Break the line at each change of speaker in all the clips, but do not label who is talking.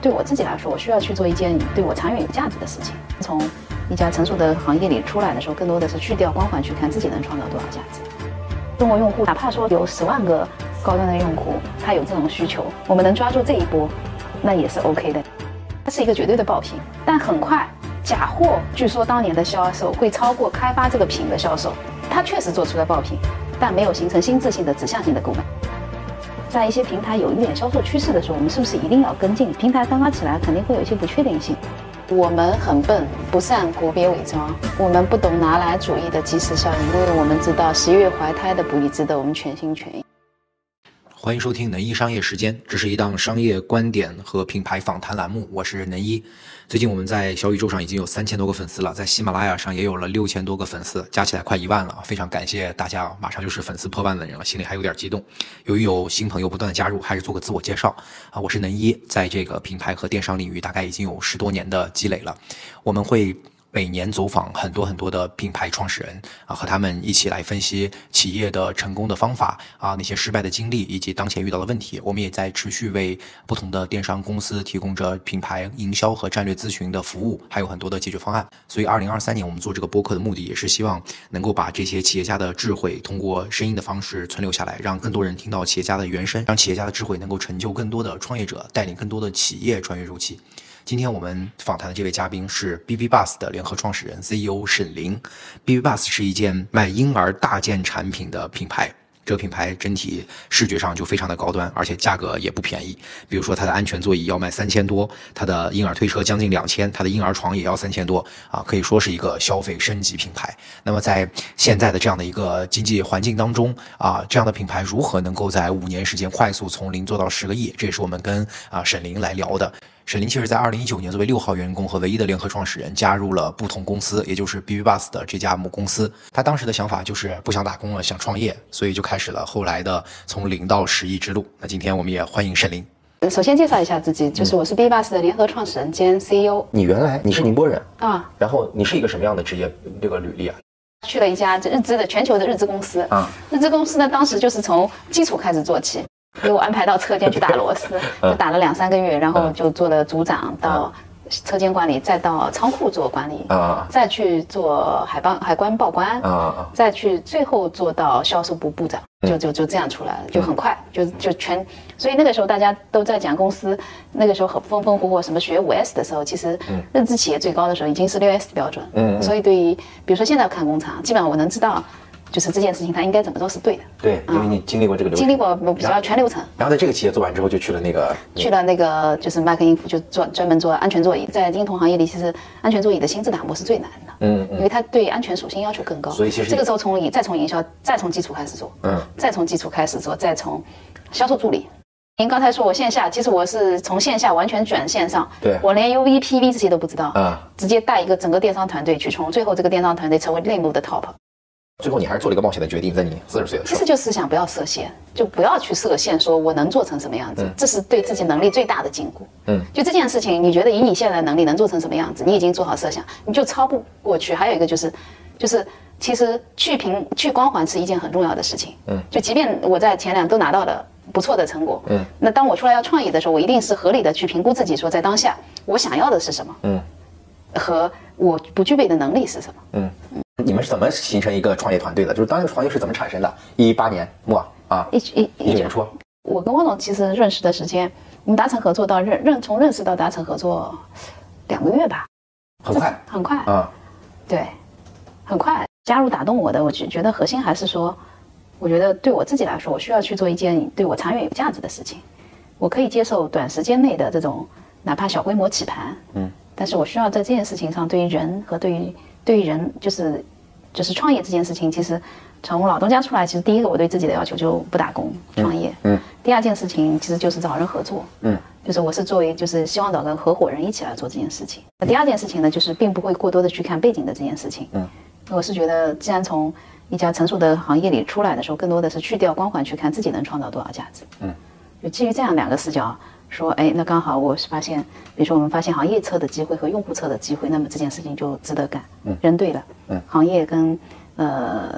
对我自己来说，我需要去做一件对我长远有价值的事情。从一家成熟的行业里出来的时候，更多的是去掉光环，去看自己能创造多少价值。中国用户哪怕说有十万个高端的用户，他有这种需求，我们能抓住这一波，那也是 OK 的。它是一个绝对的爆品，但很快假货据说当年的销售会超过开发这个品的销售。它确实做出了爆品，但没有形成心智性的指向性的购买。在一些平台有一点销售趋势的时候，我们是不是一定要跟进？平台开发起来肯定会有一些不确定性。我们很笨，不善国别伪装，我们不懂拿来主义的即时效应，因为我们知道十月怀胎的不易值得我们全心全意。
欢迎收听《能一商业时间》，这是一档商业观点和品牌访谈栏目，我是能一。最近我们在小宇宙上已经有三千多个粉丝了，在喜马拉雅上也有了六千多个粉丝，加起来快一万了，非常感谢大家，啊马上就是粉丝破万的人了，心里还有点激动。由于有新朋友不断的加入，还是做个自我介绍啊，我是能一，在这个品牌和电商领域大概已经有十多年的积累了，我们会。每年走访很多很多的品牌创始人啊，和他们一起来分析企业的成功的方法啊，那些失败的经历以及当前遇到的问题。我们也在持续为不同的电商公司提供着品牌营销和战略咨询的服务，还有很多的解决方案。所以，二零二三年我们做这个播客的目的也是希望能够把这些企业家的智慧通过声音的方式存留下来，让更多人听到企业家的原声，让企业家的智慧能够成就更多的创业者，带领更多的企业穿越周期。今天我们访谈的这位嘉宾是 BB Bus 的联合创始人 CEO 沈凌。BB Bus 是一件卖婴儿大件产品的品牌，这个品牌整体视觉上就非常的高端，而且价格也不便宜。比如说它的安全座椅要卖三千多，它的婴儿推车将近两千，它的婴儿床也要三千多啊，可以说是一个消费升级品牌。那么在现在的这样的一个经济环境当中啊，这样的品牌如何能够在五年时间快速从零做到十个亿？这也是我们跟啊沈凌来聊的。沈凌其实，在二零一九年作为六号员工和唯一的联合创始人，加入了不同公司，也就是 BB Bus 的这家母公司。他当时的想法就是不想打工了，想创业，所以就开始了后来的从零到十亿之路。那今天我们也欢迎沈凌。
首先介绍一下自己，就是我是 BB Bus 的联合创始人兼 CEO
你原来你是宁波人，
啊，
然后你是一个什么样的职业这个履历啊？
去了一家日资的全球的日资公司。
啊，
日资公司呢，当时就是从基础开始做起，给我安排到车间去打螺丝，就打了两三个月，然后就做了组长到车间管理，再到仓库做管理，
啊
再去做海关海关报关，
啊啊！
再去最后做到销售部部长，
嗯
就就就这样出来了，就很快，就就全。所以那个时候大家都在讲公司，那个时候很风风火火，什么学五 S 的时候，其实日资企业最高的时候已经是六 S 标准。
嗯嗯嗯
所以对于比如说现在看工厂，基本上我能知道，就是这件事情它应该怎么做是对的。
对，因为你经历过这个流程，
啊经历过比较全流程，
然后在这个企业做完之后，就去了那个
去了那个就是麦克音符，就专专门做安全座椅。在婴童行业里，其实安全座椅的心智打磨是最难的。
嗯
因为它对安全属性要求更高，
所以其实
这个时候从营再从营销，再从基础开始做，
嗯，
再从基础开始做，再从销售助理。您刚才说我线下，其实我是从线下完全转线上，
对
我连 UV、PV 这些都不知道，
啊，
直接带一个整个电商团队去冲，最后这个电商团队成为内幕的 top。
最后你还是做了一个冒险的决定，在你四十岁的时
其
候
实就是想不要设限，就不要去设限，说我能做成什么样子，这是对自己能力最大的禁锢。
嗯，
就这件事情，你觉得以你现在的能力能做成什么样子，你已经做好设想，你就超不过去。还有一个就是，就是其实去平去光环是一件很重要的事情。嗯，就即便我在前两都拿到了不错的成果，嗯，那当我出来要创业的时候，我一定是合理的去评估自己，说在当下我想要的是什么，
嗯，
和我不具备的能力是什么。
你们是怎么形成一个创业团队的？就是当这个团队是怎么产生的？一八年末啊，
一一
你
一
怎么说？
我跟汪总其实认识的时间，我们达成合作到认认从认识到达成合作两个月吧，
很快
这很快，
啊，
对，很快。加入打动我的，我只觉得核心还是说，我觉得对我自己来说，我需要去做一件对我长远有价值的事情。我可以接受短时间内的这种哪怕小规模起盘，嗯，但是我需要在这件事情上，对于人和对于对于人就是就是创业这件事情，其实从老东家出来，其实第一个我对自己的要求就不打工创业，
嗯
第二件事情其实就是找人合作，
嗯，
就是我是作为就是希望找个合伙人一起来做这件事情。那第二件事情呢，就是并不会过多的去看背景的这件事情，
嗯，
我是觉得既然从一家成熟的行业里出来的时候，更多的是去掉光环，去看自己能创造多少价值，
嗯，
就基于这样两个视角。说，哎，那刚好我是发现，比如说我们发现行业侧的机会和用户侧的机会，那么这件事情就值得干。嗯，人对了，嗯，行业跟呃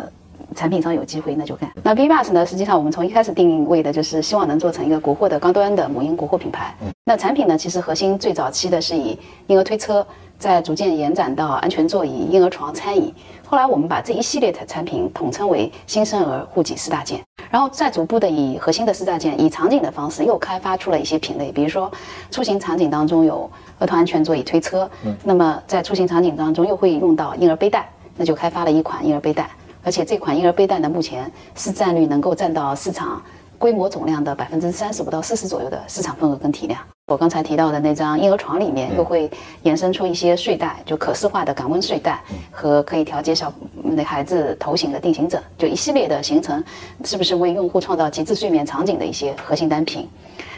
产品上有机会那就干。那 VBus 呢，实际上我们从一开始定位的就是希望能做成一个国货的高端的母婴国货品牌。那产品呢，其实核心最早期的是以婴儿推车，再逐渐延展到安全座椅、婴儿床、餐椅。后来我们把这一系列的产品统称为新生儿护脊四大件，然后再逐步的以核心的四大件，以场景的方式又开发出了一些品类，比如说出行场景当中有儿童安全座椅推车，那么在出行场景当中又会用到婴儿背带，那就开发了一款婴儿背带，而且这款婴儿背带呢，目前市占率能够占到市场规模总量的百分之三十五到四十左右的市场份额跟体量。我刚才提到的那张婴儿床里面，又会延伸出一些睡袋，就可视化的感温睡袋和可以调节小嗯那孩子头型的定型枕，就一系列的形成，是不是为用户创造极致睡眠场景的一些核心单品？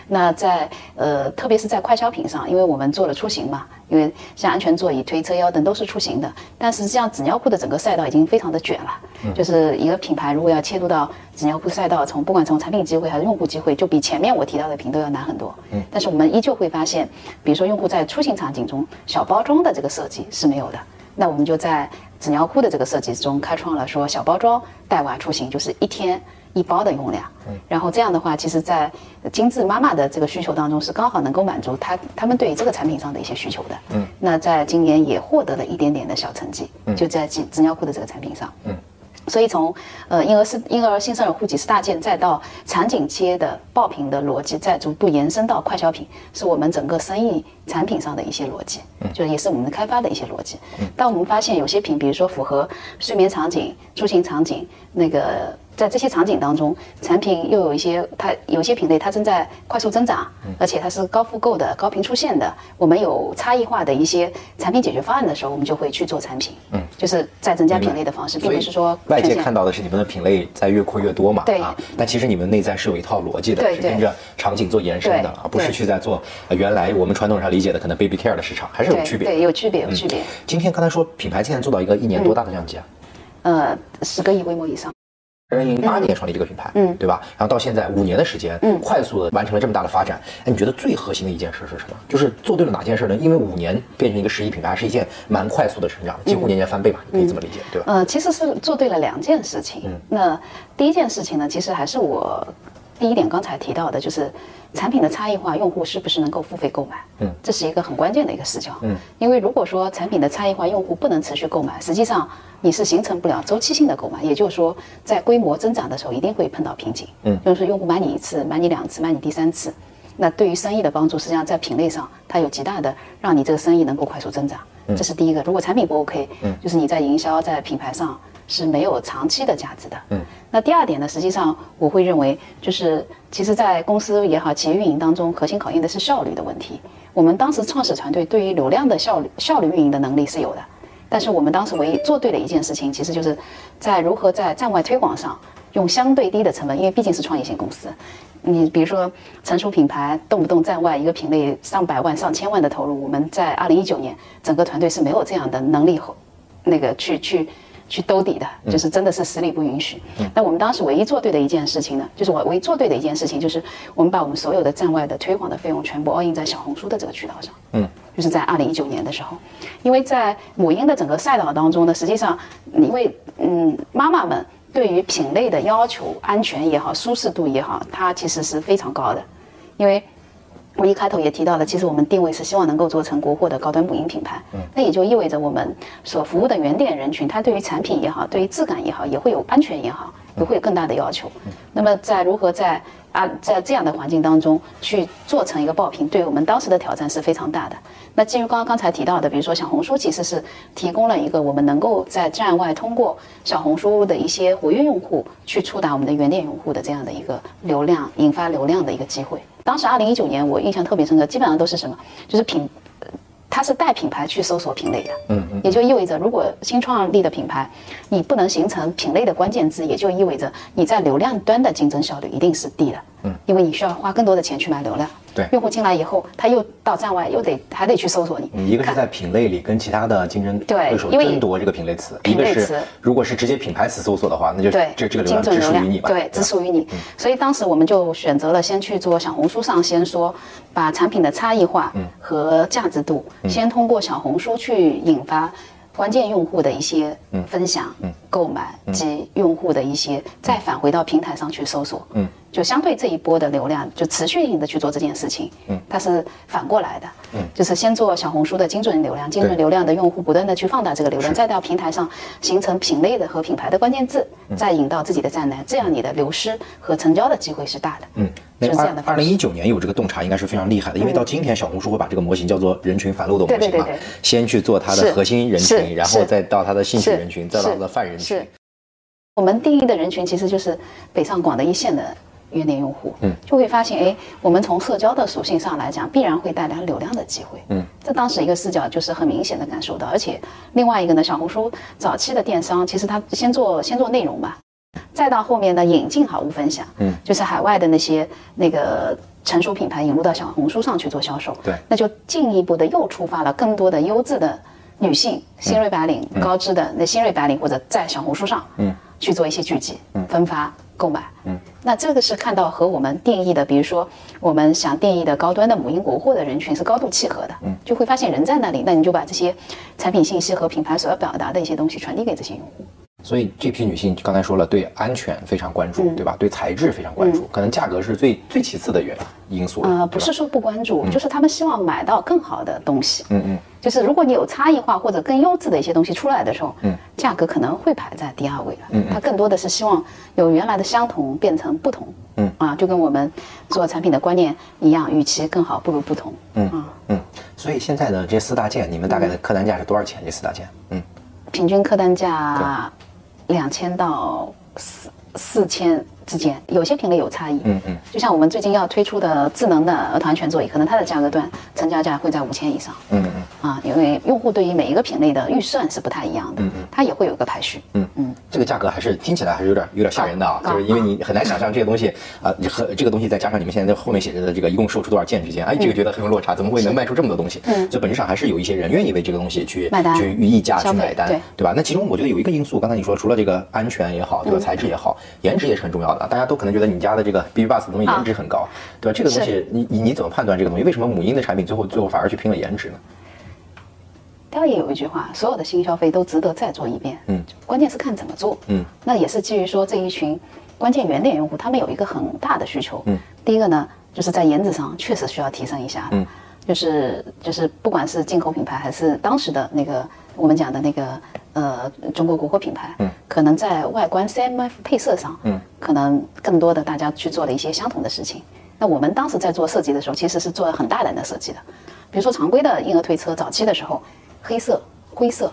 那在呃，特别是在快消品上，因为我们做了出行嘛，因为像安全座椅、推车腰凳都是出行的，但实际上纸尿裤的整个赛道已经非常的卷了。就是一个品牌如果要切入到纸尿裤赛道，从不管从产品机会还是用户机会，就比前面我提到的品都要难很多。嗯，但是我们依旧会发现，比如说用户在出行场景中小包装的这个设计是没有的，那我们就在纸尿裤的这个设计中开创了说小包装带娃出行，就是一天。一包的用量，然后这样的话，其实，在精致妈妈的这个需求当中，是刚好能够满足她她们对于这个产品上的一些需求的。嗯，那在今年也获得了一点点的小成绩，就在纸纸尿裤的这个产品上。嗯，所以从呃婴儿是婴儿新生儿护脊四大件，再到产品街的爆品的逻辑，再逐步延伸到快消品，是我们整个生意产品上的一些逻辑，就是也是我们开发的一些逻辑。当我们发现有些品，比如说符合睡眠场景、出行场景那个。在这些场景当中，产品又有一些它有些品类它正在快速增长，而且它是高复购的、高频出现的。我们有差异化的一些产品解决方案的时候，我们就会去做产品，嗯，就是在增加品类的方式，并
所
不
以
是说
外界
全线
看到的是你们的品类在越扩越多嘛，
对
啊，但其实你们内在是有一套逻辑的，
对
是
对
跟着场景做延伸的
对
啊，不是
对
去在做呃原来我们传统上理解的可能 baby care 的市嗯场，还是有
对
区别。
对，有区别，有区别。嗯
今天刚才说品牌现在做到一个一年多大的量级啊？
呃，十个亿规模以上，
二零零八年创立这个品牌，
嗯
对吧？然后到现在五年的时间，
嗯
快速的完成了这么大的发展。哎，你觉得最核心的一件事是什么？就是做对了哪件事呢？因为五年变成一个十亿品牌是一件蛮快速的成长，
嗯
几乎年年翻倍吧，你可以这么理解，对吧？
呃，其实是做对了两件事情。
嗯
那第一件事情呢，其实还是我第一点刚才提到的，就是产品的差异化，用户是不是能够付费购买？嗯，这是一个很关键的一个视角。嗯，因为如果说产品的差异化，用户不能持续购买，实际上你是形成不了周期性的购买，也就是说，在规模增长的时候一定会碰到瓶颈。嗯，就是用户买你一次，买你两次，买你第三次。那对于生意的帮助，实际上在品类上，它有极大的让你这个生意能够快速增长。这是第一个。如果产品不 OK，就是你在营销、在品牌上是没有长期的价值的。嗯，那第二点呢，实际上我会认为，就是其实，在公司也好，企业运营当中，核心考验的是效率的问题。我们当时创始团队对于流量的效率、效率运营的能力是有的，但是我们当时唯一做对的一件事情，其实就是在如何在站外推广上用相对低的成本，因为毕竟是创业型公司。你比如说，成熟品牌动不动站外一个品类上百万、上千万的投入，我们在二零一九年整个团队是没有这样的能力和那个去去去兜底的，就是真的是实力不允许。那我们当时唯一做对的一件事情呢，就是我唯一做对的一件事情，就是我们把我们所有的站外的推广的费用全部 all in 在小红书的这个渠道上。嗯，就是在二零一九年的时候，因为在母婴的整个赛道当中呢，实际上因为嗯妈妈们对于品类的要求、安全也好、舒适度也好，它其实是非常高的，因为。我一开头也提到了，其实我们定位是希望能够做成国货的高端母婴品牌，那也就意味着我们所服务的原点人群，他对于产品也好，对于质感也好，也会有安全也好，也会有更大的要求。那么在如何在啊在这样的环境当中去做成一个爆品，对于我们当时的挑战是非常大的。那基于刚刚刚才提到的，比如说小红书，其实是提供了一个我们能够在站外通过小红书的一些活跃用户去触达我们的原点用户的这样的一个流量，引发流量的一个机会。当时二零一九年我印象特别深刻，基本上都是什么，就是品，呃它是带品牌去搜索品类的，嗯嗯，也就意味着如果新创立的品牌，你不能形成品类的关键字，也就意味着你在流量端的竞争效率一定是低的，嗯，因为你需要花更多的钱去买流量，
对
用户进来以后，他又到站外又得还得去搜索你，
嗯一个是在品类里跟其他的竞争
对
对手
因为
争夺这个品类词，一
品
个
类
是
词
如果是直接品牌词搜索的话，那就
对，
这这个
精
流量
准
只属于
量
你吧？嗯
对，只属于你。所以当时我们就选择了先去做小红书上，先说把产品的差异化
嗯
和价值
嗯
度，先通过小红书去引发关键用户的一些分享。购买及用户的一些再返回到平台上去搜索，
嗯，
就相对这一波的流量就持续性的去做这件事情，嗯，它是反过来的，嗯，就是先做小红书的精准流量，精准
对
流量的用户不断的去放大这个流量，再到平台上形成品类的和品牌的关键字，
嗯
再引到自己的站内，这样你的流失和成交的机会是大的，
嗯，那
是这样的
二二
方式
零一九年有这个洞察，应该是非常厉害的，因为到今天小红书会把这个模型叫做人群反漏斗模
对对
型嘛
对对，
先去做它的
是
核心人
是
群，然后
是
再到它的兴趣
是
人群，再到它的泛嗯人
是
群
是。我们定义的人群其实就是北上广的一线的原点用户，
嗯，
就会发现，哎，我们从社交的属性上来讲，必然会带来流量的机会，
嗯，
这当时一个视角就是很明显的感受到，而且另外一个呢，小红书早期的电商其实它先做先做内容吧，再到后面呢引进好物分享，
嗯，
就是海外的那些那个成熟品牌引入到小红书上去做销售，
对
那就进一步的又触发了更多的优质的女
嗯
性新锐白领、高知的那新锐白领或者在小红书上，
嗯，
去做一些聚集、分发、购买，嗯，那这个是看到和我们定义的，比如说我们想定义的高端的母婴国货的人群是高度契合的，嗯，就会发现人在那里，那你就把这些产品信息和品牌所要表达的一些东西传递给这些用户。
所以这批女性刚才说了，对安全非常关注，
嗯
对吧？对材质非常关注，可能价格是最最其次的原因素了
呃，不
对吧
是说不关注，就是他们希望买到更好的东西。
嗯嗯，
就是如果你有差异化或者更优质的一些东西出来的时候，
嗯，
价格可能会排在第二位了。嗯，它更多的是希望由原来的相同变成不同。
嗯
啊，就跟我们做产品的观念一样，与其更好，不如不同。
嗯
啊，
嗯，所以现在呢，这四大件，你们大
嗯
概的客单价是多少钱？这四大件，嗯，
平均客单价两千到四四千之间，有些品类有差异。
嗯嗯，
就像我们最近要推出的智能的儿童安全座椅，可能它的价格段成交价会在五千以上。
嗯嗯
啊，因为用户对于每一个品类的预算是不太一样的，它也会有一个排序。
嗯嗯
嗯，
这个价格还是听起来还是有点有点吓人的啊，
高
就是因为你很难想象这个东西啊，你和这个东西再加上你们现在后面写着的这个一共售出多少件之间，哎，这个觉得很有落差，怎么会能卖出这么多东西？
嗯
所以本质上还是有一些人愿意为这个东西去
买单
去议价去
消费
买单
对，
对吧？那其中我觉得有一个因素，刚才你说除了这个安全也
嗯
好，对吧？材质也好，颜值也是很重要的。大家都可能觉得你家的这个 BB Bus 的
啊
东西颜值很高，对吧？这个东西你你你怎么判断这个东西？为什么母婴的产品最后最后反而去拼了颜值呢？
雕爷有一句话，所有的新消费都值得再做一遍。
嗯，
关键是看怎么做。
嗯，
那也是基于说这一群关键原点用户，他们有一个很大的需求。
嗯，
第一个呢，就是在颜值上确实需要提升一下。
嗯，
就是就是不管是进口品牌还是当时的那个我们讲的那个呃中国国货品牌，
嗯，
可能在外观 CMF 配色上，
嗯，
可能更多的大家去做了一些相同的事情。那我们当时在做设计的时候，其实是做了很大胆的设计的，比如说常规的婴儿推车，早期的时候，黑色、灰色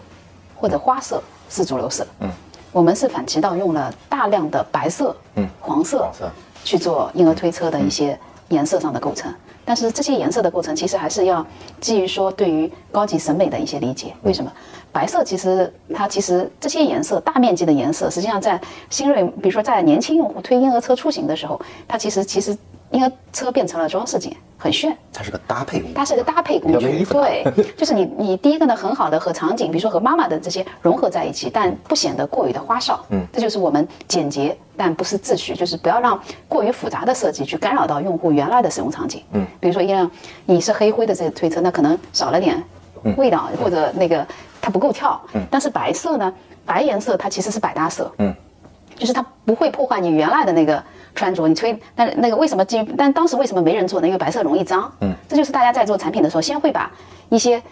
或者花色是主流色，嗯，我们是反其道用了大量的白色、
嗯
黄色、
黄色
去做婴儿推车的一些颜色上的构成。但是这些颜色的构成，其实还是要基于说对于高级审美的一些理
嗯
解。为什么？白色其实它其实这些颜色大面积的颜色，实际上在新锐，比如说在年轻用户推婴儿车出行的时候，它其实其实婴儿车变成了装饰品，很炫。
它是个搭配工具，
它是个搭配工
要
具
跟衣，服搭
对，就是你 你第一个呢，很好的和场景，比如说和妈妈的这些融合在一起，但不显得过于的花哨，
嗯
这就是我们简洁但不失秩序，就是不要让过于复杂的设计去干扰到用户原来的使用场景，嗯，比如说一辆你是黑灰的这个推车，那可能少了点味道、或者那个它不够跳，嗯，但是白色呢，白颜色它其实是百搭色，
嗯。
就是它不会破坏你原来的那个穿着。你推那那个为什么进？但当时为什么没人做呢？因为白色容易脏。嗯，这就是大家在做产品的时候，先会把一些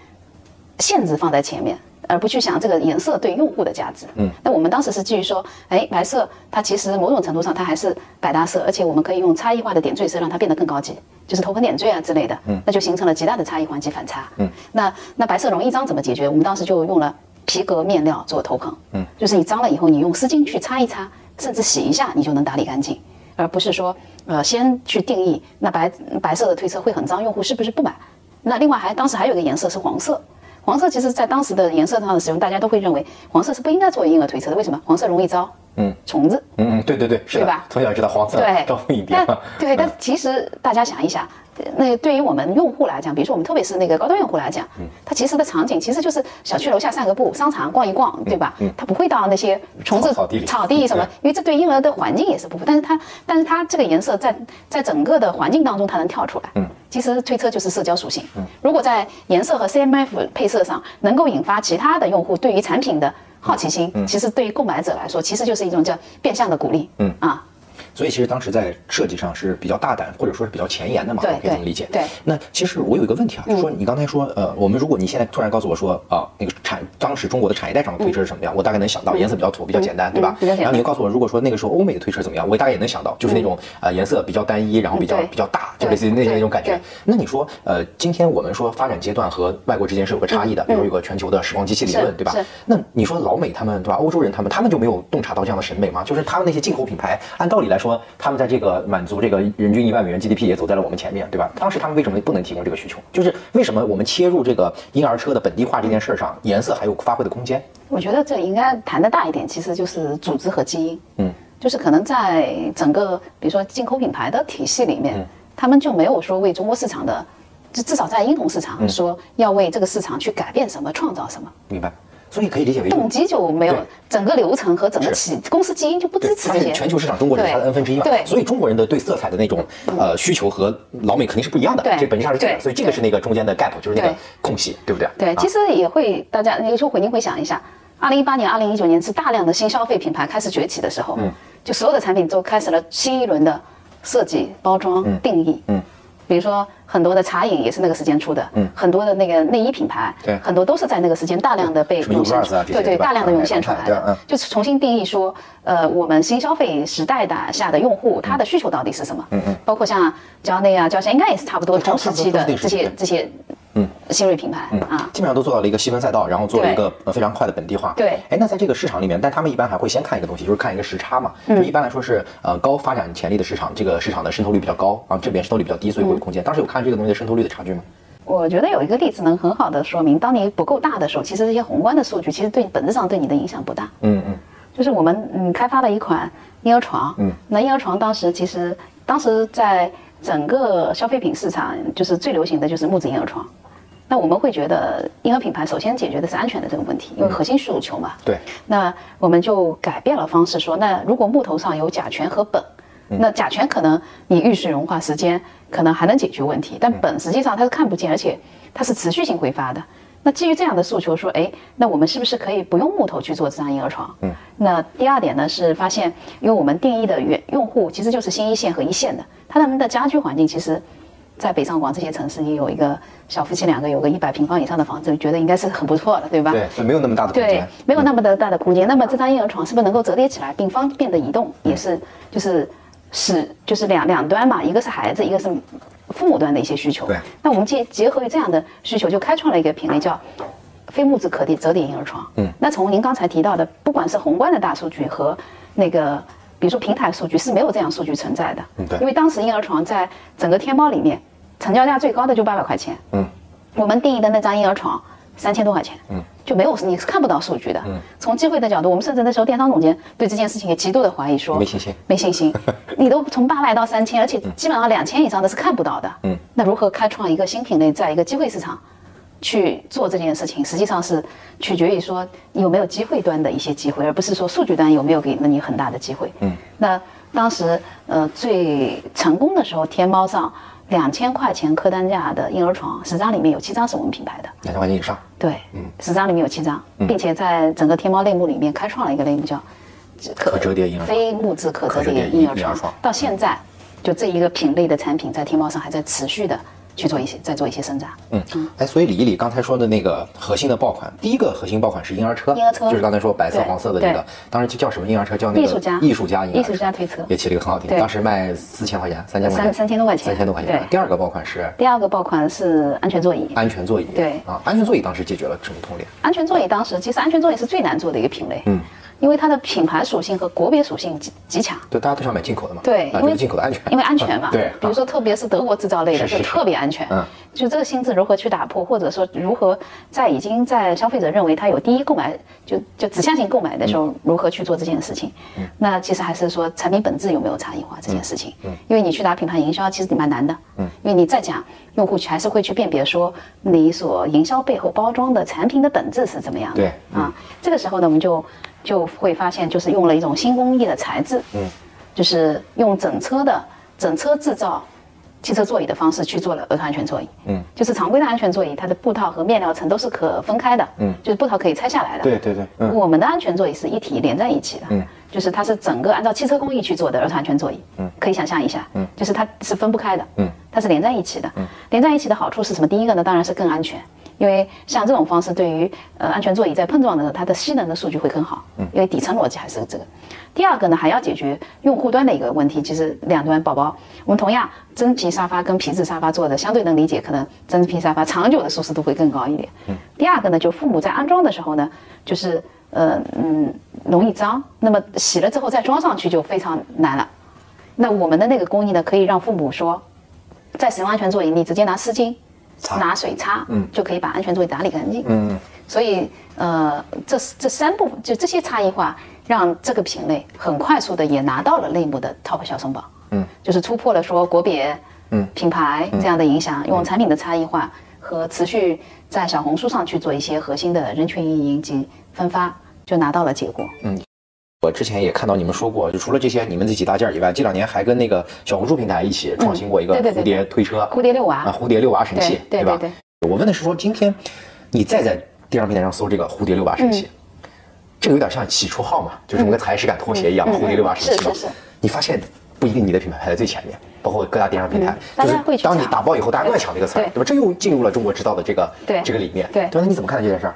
限制放在前面，而不去想这个颜色对用户的价值。嗯，那我们当时是基于说，哎，白色它其实某种程度上它还是百搭色，而且我们可以用差异化的点缀色让它变得更高级，就是头盔点缀啊之类的。嗯，那就形成了极大的差异化及反差。嗯，那那白色容易脏怎么解决？我们当时就用了皮革面料做头棚。嗯，就是你脏了以后，你用湿巾去擦一擦，甚至洗一下，你就能打理干净。而不是说，呃，先去定义那白白色的推车会很脏，用户是不是不买？那另外还当时还有一个颜色是黄色，黄色其实在当时的颜色上的使用，大家都会认为黄色是不应该作为婴儿推车的，为什么？黄色容易招
嗯
虫子。
嗯嗯，对对对，是的，
对吧
从小知道黄色
对，
高一点啊
但
嘛，
对，但其实大家想一想，呃那对于我们用户来讲，比如说我们特别是那个高端用户来讲，
嗯
他其实的场景其实就是小区楼下散个步，商场逛一逛，对吧？他不会到那些虫子
嗯草草地里
草地什么
对，
因为这对婴儿的环境也是不符。但是它，但是它这个颜色在在整个的环境当中，它能跳出来。嗯，其实推车就是社交属性。嗯，如果在颜色和 CMF 配色上能够引发其他的用户对于产品的。好奇心，其实对于购买者来说，其实就是一种叫变相的鼓励。嗯啊，
所以其实当时在设计上是比较大胆，或者说是比较前沿的嘛，
对
我可以这么理解。
对对嗯
那其实我有一个问题啊，就是说你刚才说，呃，我们如果你现在突然告诉我说，啊、那个产当时中国的产业带上的推车是什么样，我大概能想到，颜色比较土，比较简单，对吧？
嗯嗯比较简单嗯
然后你又告诉我，如果说那个时候欧美的推车怎么样，我大概也能想到，就是那种呃颜色比较单一，然后比较
嗯对
比较大，
对
就类似于那
对
那种感觉
对。
那你说，呃，今天我们说发展阶段和外国之间是有个差异的，比如有个全球的时光机器理
嗯是
论，对吧
是？
那你说老美他们对吧？欧洲人他们他们就没有洞察到这样的审美吗？就是他们那些进口品牌，按道理来说，他们在这个满足这个人均一万美元 GDP 也走在了我们前面，对吧？当时他们为什么不能提供这个需求？就是为什么我们切入这个婴儿车的本地化这件事儿上，颜色还有发挥的空间？
我觉得这应该谈得大一点，其实就是组织和基因。
嗯，
就是可能在整个比如说进口品牌的体系里
嗯
面，他们就没有说为中国市场的，至至少在婴童市
嗯
场说要为这个市场去改变什么、创造什么，
明白？所以可以理解为
动机就没有
嗯对，
整个流程和整个企公司基因就不
对
支，持
它
这
是
些。
全球市场中国人是它的 n 分之一嘛，
对嗯
所以中国人的对色彩的那种呃需求和老美肯定是不一样的
对，
这本质上是这样，
对
所以这个是那个中间的 gap，就是那个
对
空隙，对不对？
对，
啊
其实也会大家有时候回您回想一下，二零一八年、二零一九年是大量的新消费品牌开始崛起的时候，
嗯
就所有的产品都开始了新一轮的设计、包装、定义，
嗯
比如说很多的茶饮也是那个时间出的，
嗯
很多的那个内衣品牌，
对
很多都是在那个时间大量的被
什么
涌现
Ubras
出，
啊这些
对对，
对吧
大量的涌现出
啊
来
对啊嗯
的，就是重新定义说，呃，我们新消费时代的下的用户他的需求到底是什么？嗯嗯，包括像蕉内啊、蕉下应该也是差不多
对差
同
不多
时期的
都是那
这
时期
些这些，嗯，新锐品牌啊。
基本上都做到了一个细分赛道，然后做了一个呃非常快的本地化。
对
哎，那在这个市场里面，但他们一般还会先看一个东西，就是看一个时差嘛。
嗯
就一般来说是呃高发展潜力的市场，这个市场的渗透率比较高啊，这边渗透率比较低，所以
嗯
会有空间。当时有看这个东西的渗透率的差距吗？
我觉得有一个例子能很好的说明，当你不够大的时候，其实这些宏观的数据其实对本质上对你的影响不大。
嗯嗯，
就是我们嗯开发了一款婴儿床，嗯，那婴儿床当时其实当时在整个消费品市场就是最流行的就是木质婴儿床。那我们会觉得婴儿品牌首先解决的是安全的这个问题，因为核心诉求嘛。
对，
那我们就改变了方式说，那如果木头上有甲醛和苯，那甲醛可能你遇水融化时间可能还能解决问题，但苯实际上它是看不见，而且它是持续性挥发的。那基于这样的诉求，说，哎，那我们是不是可以不用木头去做这张婴儿床？嗯，那第二点呢是发现，因为我们定义的原用户其实就是新一线和一线的，他们的家居环境其实在北上广这些城市，你有一个小夫妻两个有个一百平方以上的房子，觉得应该是很不错了，对吧？
对，所以没有那么大的空
对
间。，嗯
没有那么的大的空间。那么这张婴儿床是不是能够折叠起来，并方便的移动，也是就是使就是两两端嘛，一个是孩子，一个是父母端的一些需求。
对
那我们结结合于这样的需求，就开创了一个品类叫。非木质可叠折叠婴儿床，嗯，那从您刚才提到的，不管是宏观的大数据和那个，比如说平台数据，是没有这样数据存在的，
嗯对
因为当时婴儿床在整个天猫里面，成交价最高的就八百块钱，我们定义的那张婴儿床三千多块钱，嗯，就没有你是看不到数据的。嗯，从机会的角度，我们甚至那时候电商总监对这件事情也极度的怀疑，说
没信心，
没信 心，你都从八百到三千，而且基本上两千以上的是看不到的。嗯，那如何开创一个新品类，在一个机会市场？去做这件事情，实际上是取决于说你有没有机会端的一些机会，而不是说数据端有没有给了你很大的机会。嗯，那当时呃最成功的时候，天猫上两千块钱客单价的婴儿床，十张里面有七张是我们品牌的，
两千块钱以上。
对，
嗯
十张里面有七张，并且在整个天猫类目里面开创了一个类目叫
可折叠婴儿床
非木质可折叠婴儿
可折叠婴儿
床
床，
到现在就这一个品类的产品在天猫上还在持续的去做一些在做一些生长。
嗯，哎，所以理一理刚才说的那个核心的爆款，第一个核心爆款是婴儿车，
婴儿车
就是刚才说白色、
对
黄色的那
对
个，当时就叫什么婴儿车，叫那个
艺术家
艺术家婴儿车
艺术家推车
也起了一个很好听，
对
当时卖四千块钱，三千块钱，
三三千多块钱
三千多块钱
对。
第二个爆款是
第二个爆款是安全座椅。
安全座椅，
对
啊，安全座椅当时解决了什么痛点？
安全座椅当时其实安全座椅是最难做的一个品类，嗯，因为它的品牌属性和国别属性极极强，
对，大家都想买进口的嘛，
对，因
啊，觉
为
得进口的安全，，
因为安全嘛
对，啊
比如说特别是德国制造类的
是是
就是特别安全，
嗯
就这个心智如何去打破，或者说如何在已经在消费者认为他有第一购买就就指向性购买的时
嗯
候，如何去做这件事情，那其实还是说产品本质有没有差异化
嗯
这件事情，因为你去打品牌营销其实蛮难的，因为你再讲用户还是会去辨别说你所营销背后包装的产品的本质是怎么样的，
对嗯
啊，这个时候呢，我们就就会发现，就是用了一种新工艺的材质，嗯，就是用整车的整车制造汽车座椅的方式去做了儿童安全座椅。
嗯，
就是常规的安全座椅，它的布套和面料层都是可分开的，
嗯
就是布套可以拆下来的。
对对对，嗯，
我们的安全座椅是一体连在一起的，
嗯，
就是它是整个按照汽车工艺去做的儿童安全座椅，
嗯，
可以想象一下，
嗯，
就是它是分不开的，
嗯，
它是连在一起的，嗯，连在一起的好处是什么？第一个呢，当然是更安全，
嗯
因为像这种方式对于呃安全座椅在碰撞的时候，它的吸能的数据会更好，嗯，因为底层逻辑还是这个。第二个呢，还要解决用户端的一个问题，其实两端宝宝，我们同样真皮沙发跟皮质沙发做的相对能理解，可能真皮沙发长久的舒适度会更高一点。
嗯
第二个呢，就父母在安装的时候呢，就是呃嗯容易脏，那么洗了之后再装上去就非常难了。那我们的那个工艺呢，可以让父母说，在使用安全座椅，你直接拿湿巾
擦
拿水擦，
嗯
就可以把安全座椅打理干净。
嗯，
所以呃，这这三部分就这些差异化，让这个品类很快速的也拿到了类目的 TOP 小松宝。
嗯，
就是突破了说国别、
嗯
品牌这样的影响，用产品的差异化和持续在小红书上去做一些核心的人群运营及分发，就拿到了结果。
我之前也看到你们说过，就除了这些你们这几大件儿以外，这两年还跟那个小红书平台一起创新过一个
嗯对对对
蝴蝶推车
蝴蝶遛娃，
啊，蝴蝶遛娃神器，
对对
吧
对？对，
我问的是说，今天你再在电商平台上搜这个蝴蝶遛娃神器，
嗯
这个有点像起绰号嘛，就是我们跟才实感拖鞋一样，
嗯嗯
蝴蝶遛娃神器嘛。
是是是
你发现不一定你的品牌排在最前面，包括各大电商平台，
嗯
就
大家会
是
去
当你
抢
打爆以后，大家都在抢这个词儿，
对
对吧？这又进入了中国制造的这个
对
这个理念，
对
吧？那你怎么看待这件事儿？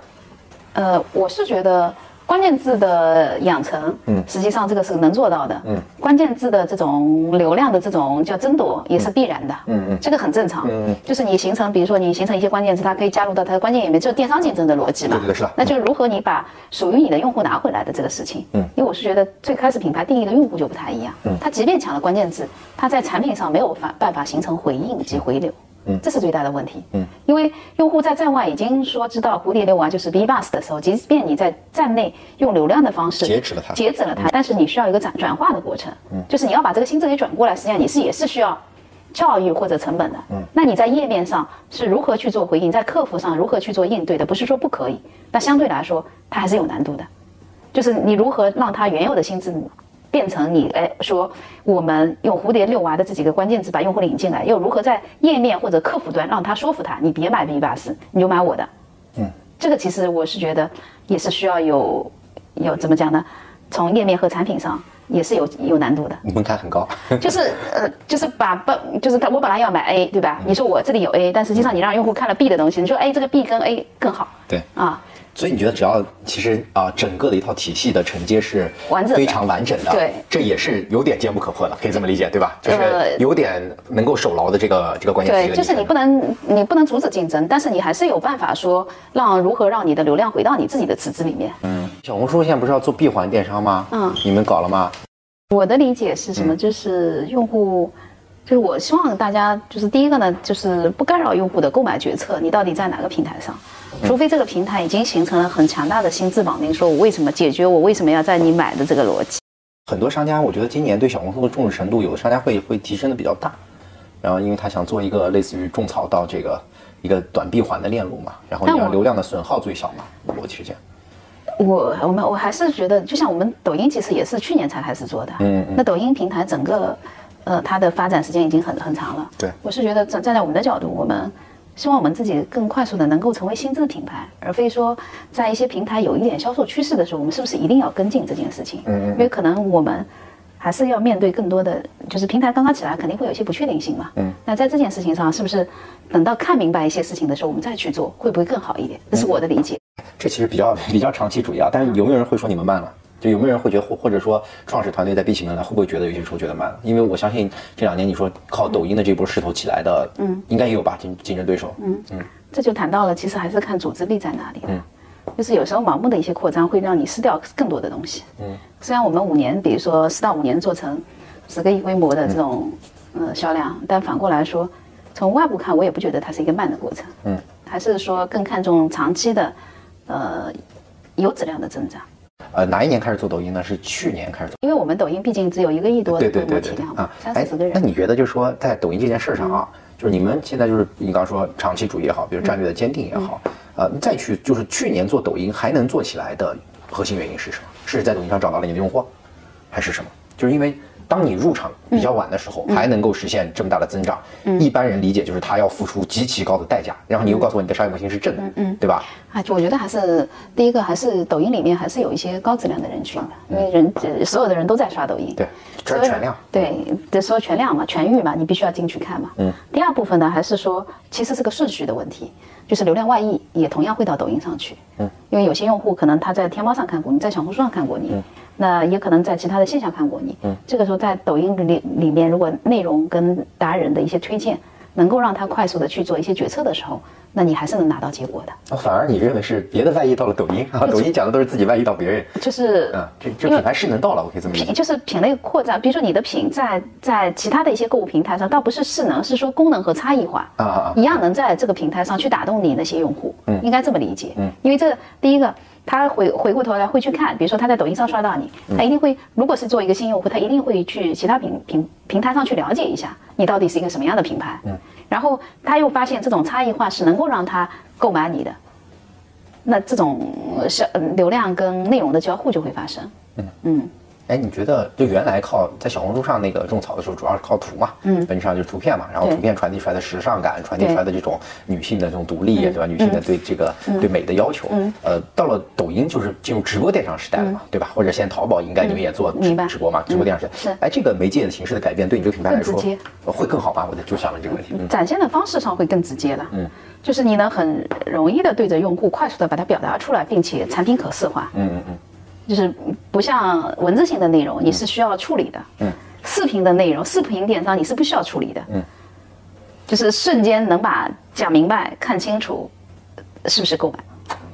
呃，我是觉得关键字的养成，嗯，实际上这个是能做到的，嗯，关键字的这种流量的这种叫争夺也是必然的，嗯嗯，这个很正常，
嗯嗯
就是你形成，比如说你形成一些关键字，它可以加入到它的关键里面，就是电商竞争的逻辑嘛，
对对对是的
那就是如何你把属于你的用户拿回来的这个事情，
嗯
因为我是觉得最开始品牌定义的用户就不太一样，嗯，他即便抢了关键字，他在产品上没有法办法形成回应及回流。嗯，这是最大的问题。
嗯，
因为用户在站外已经说知道蝴蝶遛娃就是 B bus 的时候，即便你在站内用流量的方式
截止了它嗯
截止了它，但是你需要一个转转化的过程。嗯，就是你要把这个心智给转过来，实际上你是也是需要教育或者成本的。嗯，那你在页面上是如何去做回应，在客服上如何去做应对的？不是说不可以，那相对来说它还是有难度的。就是你如何让它原有的心智变成你哎说我们用蝴蝶遛娃的这几个关键字把用户领进来，又如何在页面或者客服端让他说服他，你别买 V 八四，你就买我的。
嗯，
这个其实我是觉得也是需要有有怎么讲呢？从页面和产品上也是有有难度的。
门槛很高，
就是呃，就是把本就是他我本来要买 A 对吧？你说我这里有 A，但实际上你让用户看了 B 的东西，你说哎这个 B 跟 A 更好
对。
啊，
所以你觉得只要其实啊、整个的一套体系的承接是
完整的
非常完整的，
对
这也是有点坚不可破的，可以这么理解对吧？就是
呃
有点能够手牢的这个这个关键词一
对，
个
就是
理解
你不能你不能阻止竞争，但是你还是有办法说让如何让你的流量回到你自己的池子里面。
嗯小红书现在不是要做闭环电商吗？
嗯
你们搞了吗？
我的理解是什么？就是用户，就是我希望大家，就是第一个呢，就是不干扰用户的购买决策，你到底在哪个平台上？除非这个平台已经形成了很强大的心智绑定，说我为什么解决我为什么要在你买的这个逻辑。
很多商家，我觉得今年对小红书的重视程度，有的商家会会提升的比较大，然后因为他想做一个类似于种草到这个一个短闭环的链路嘛，然后你
但
让
我
流量的损耗最小嘛，逻辑是这样。
我我们我还是觉得，就像我们抖音其实也是去年才开始做的，
嗯嗯
那抖音平台整个，呃，它的发展时间已经很很长了。
对
我是觉得站站在我们的角度，我们希望我们自己更快速的能够成为新质品牌，而非说在一些平台有一点销售趋势的时候，我们是不是一定要跟进这件事情？
嗯嗯
因为可能我们。还是要面对更多的，就是平台刚刚起来，肯定会有一些不确定性嘛。
嗯，
那在这件事情上，是不是等到看明白一些事情的时候，我们再去做，会不会更好一点？这是我的理解。
这其实比较 比较长期主义啊，但是有没有人会说你们慢了？就有没有人会觉得，或或者说创始团队在闭起门来，会不会觉得有些时候觉得慢了？因为我相信这两年你说靠抖音的这波势头起来的，嗯，应该也有吧竞竞争对手，嗯
这就谈到了，其实还是看组织力在哪里了。就是有时候盲目的一些扩张会让你失掉更多的东西。嗯，虽然我们五年，比如说四到五年做成十个亿规模的这种、
嗯
呃销量，但反过来说，从外部看，我也不觉得它是一个慢的过程。嗯，还是说更看重长期的，呃，有质量的增长。
呃，哪一年开始做抖音呢？是去年开始做。
因为我们抖音毕竟只有一个亿多的规
对对
模
对
体
对对
量嘛
啊，！
三四十个人。嗯
那你觉得就是说，在抖音这件事上啊，就是你们现在就是你刚刚说长期主义也好，比如战略的坚定也好，
嗯
呃，再去就是去年做抖音还能做起来的核心原因是什么？是在抖音上找到了你的用户，还是什么？就是因为当你入场比
嗯
较晚的时候，还能够实现这么大的增长，一般人理解就是它要付出极其高的代价，然后
嗯
你又告诉我你的商业模型是正的，对吧？
啊，就我觉得还是第一个，还是抖音里面还是有一些高质量的人群的，因为人、呃所有的人都在刷抖音，
嗯对，
所
全
有人，
全量。
对，这说全量嘛，全域嘛，你必须要进去看嘛。嗯。第二部分呢，还是说其实是个顺序的问题，就是流量外溢也同样会到抖音上去。嗯。因为有些用户可能他在天猫上看过你，在小红书上看过你，
嗯
那也可能在其他的线下看过你。嗯。这个时候在抖音里里面，如果内容跟达人的一些推荐能够让他快速的去做一些决策的时候，那你还是能拿到结果的。
啊反而你认为是别的外溢到了抖音 啊？抖音讲的都是自己外溢到别人，
就是
嗯，这这品牌势能到了，我可以这么理
品
解。
就是品类扩展，比如说你的品在在其他的一些购物平台上，倒不是势能，是说功能和差异化
啊啊啊
一样能在这个平台上去打动你那些用户，嗯，应该这么理解，嗯，因为这第一个。他回回过头来会去看，比如说他在抖音上刷到你，他一定会，如果是做一个新用户，他一定会去其他平平平台上去了解一下你到底是一个什么样的品牌，嗯，然后他又发现这种差异化是能够让他购买你的，那这种呃是呃流量跟内容的交互就会发生，
哎，你觉得就原来靠在小红书上那个种草的时候，主要是靠图嘛，嗯，本质上就是图片嘛，然后
对
图片传递出来的时尚感，传递
对嗯
出来的这种女性的这种独立，对吧？女性的对这个对美的要求，呃，到了抖音就是进入直播电商时代了嘛，对吧？或者现在淘宝应该你们也做直
嗯明白
直播嘛，直播电商时代
是，
哎，这个媒介的形式的改变对你这个品牌来
更
说呃
直接
会更好吗？我就想问这个问题，嗯
展现的方式上会更直接了。嗯，就是你能很容易的对着用户快速的把它表达出来，并且产品可视化。嗯嗯嗯，就是不像文字性的内容，你是需要处理的。嗯，视频的内容，视频电商你是不需要处理的。嗯，就是瞬间能把讲明白、看清楚，是不是购买？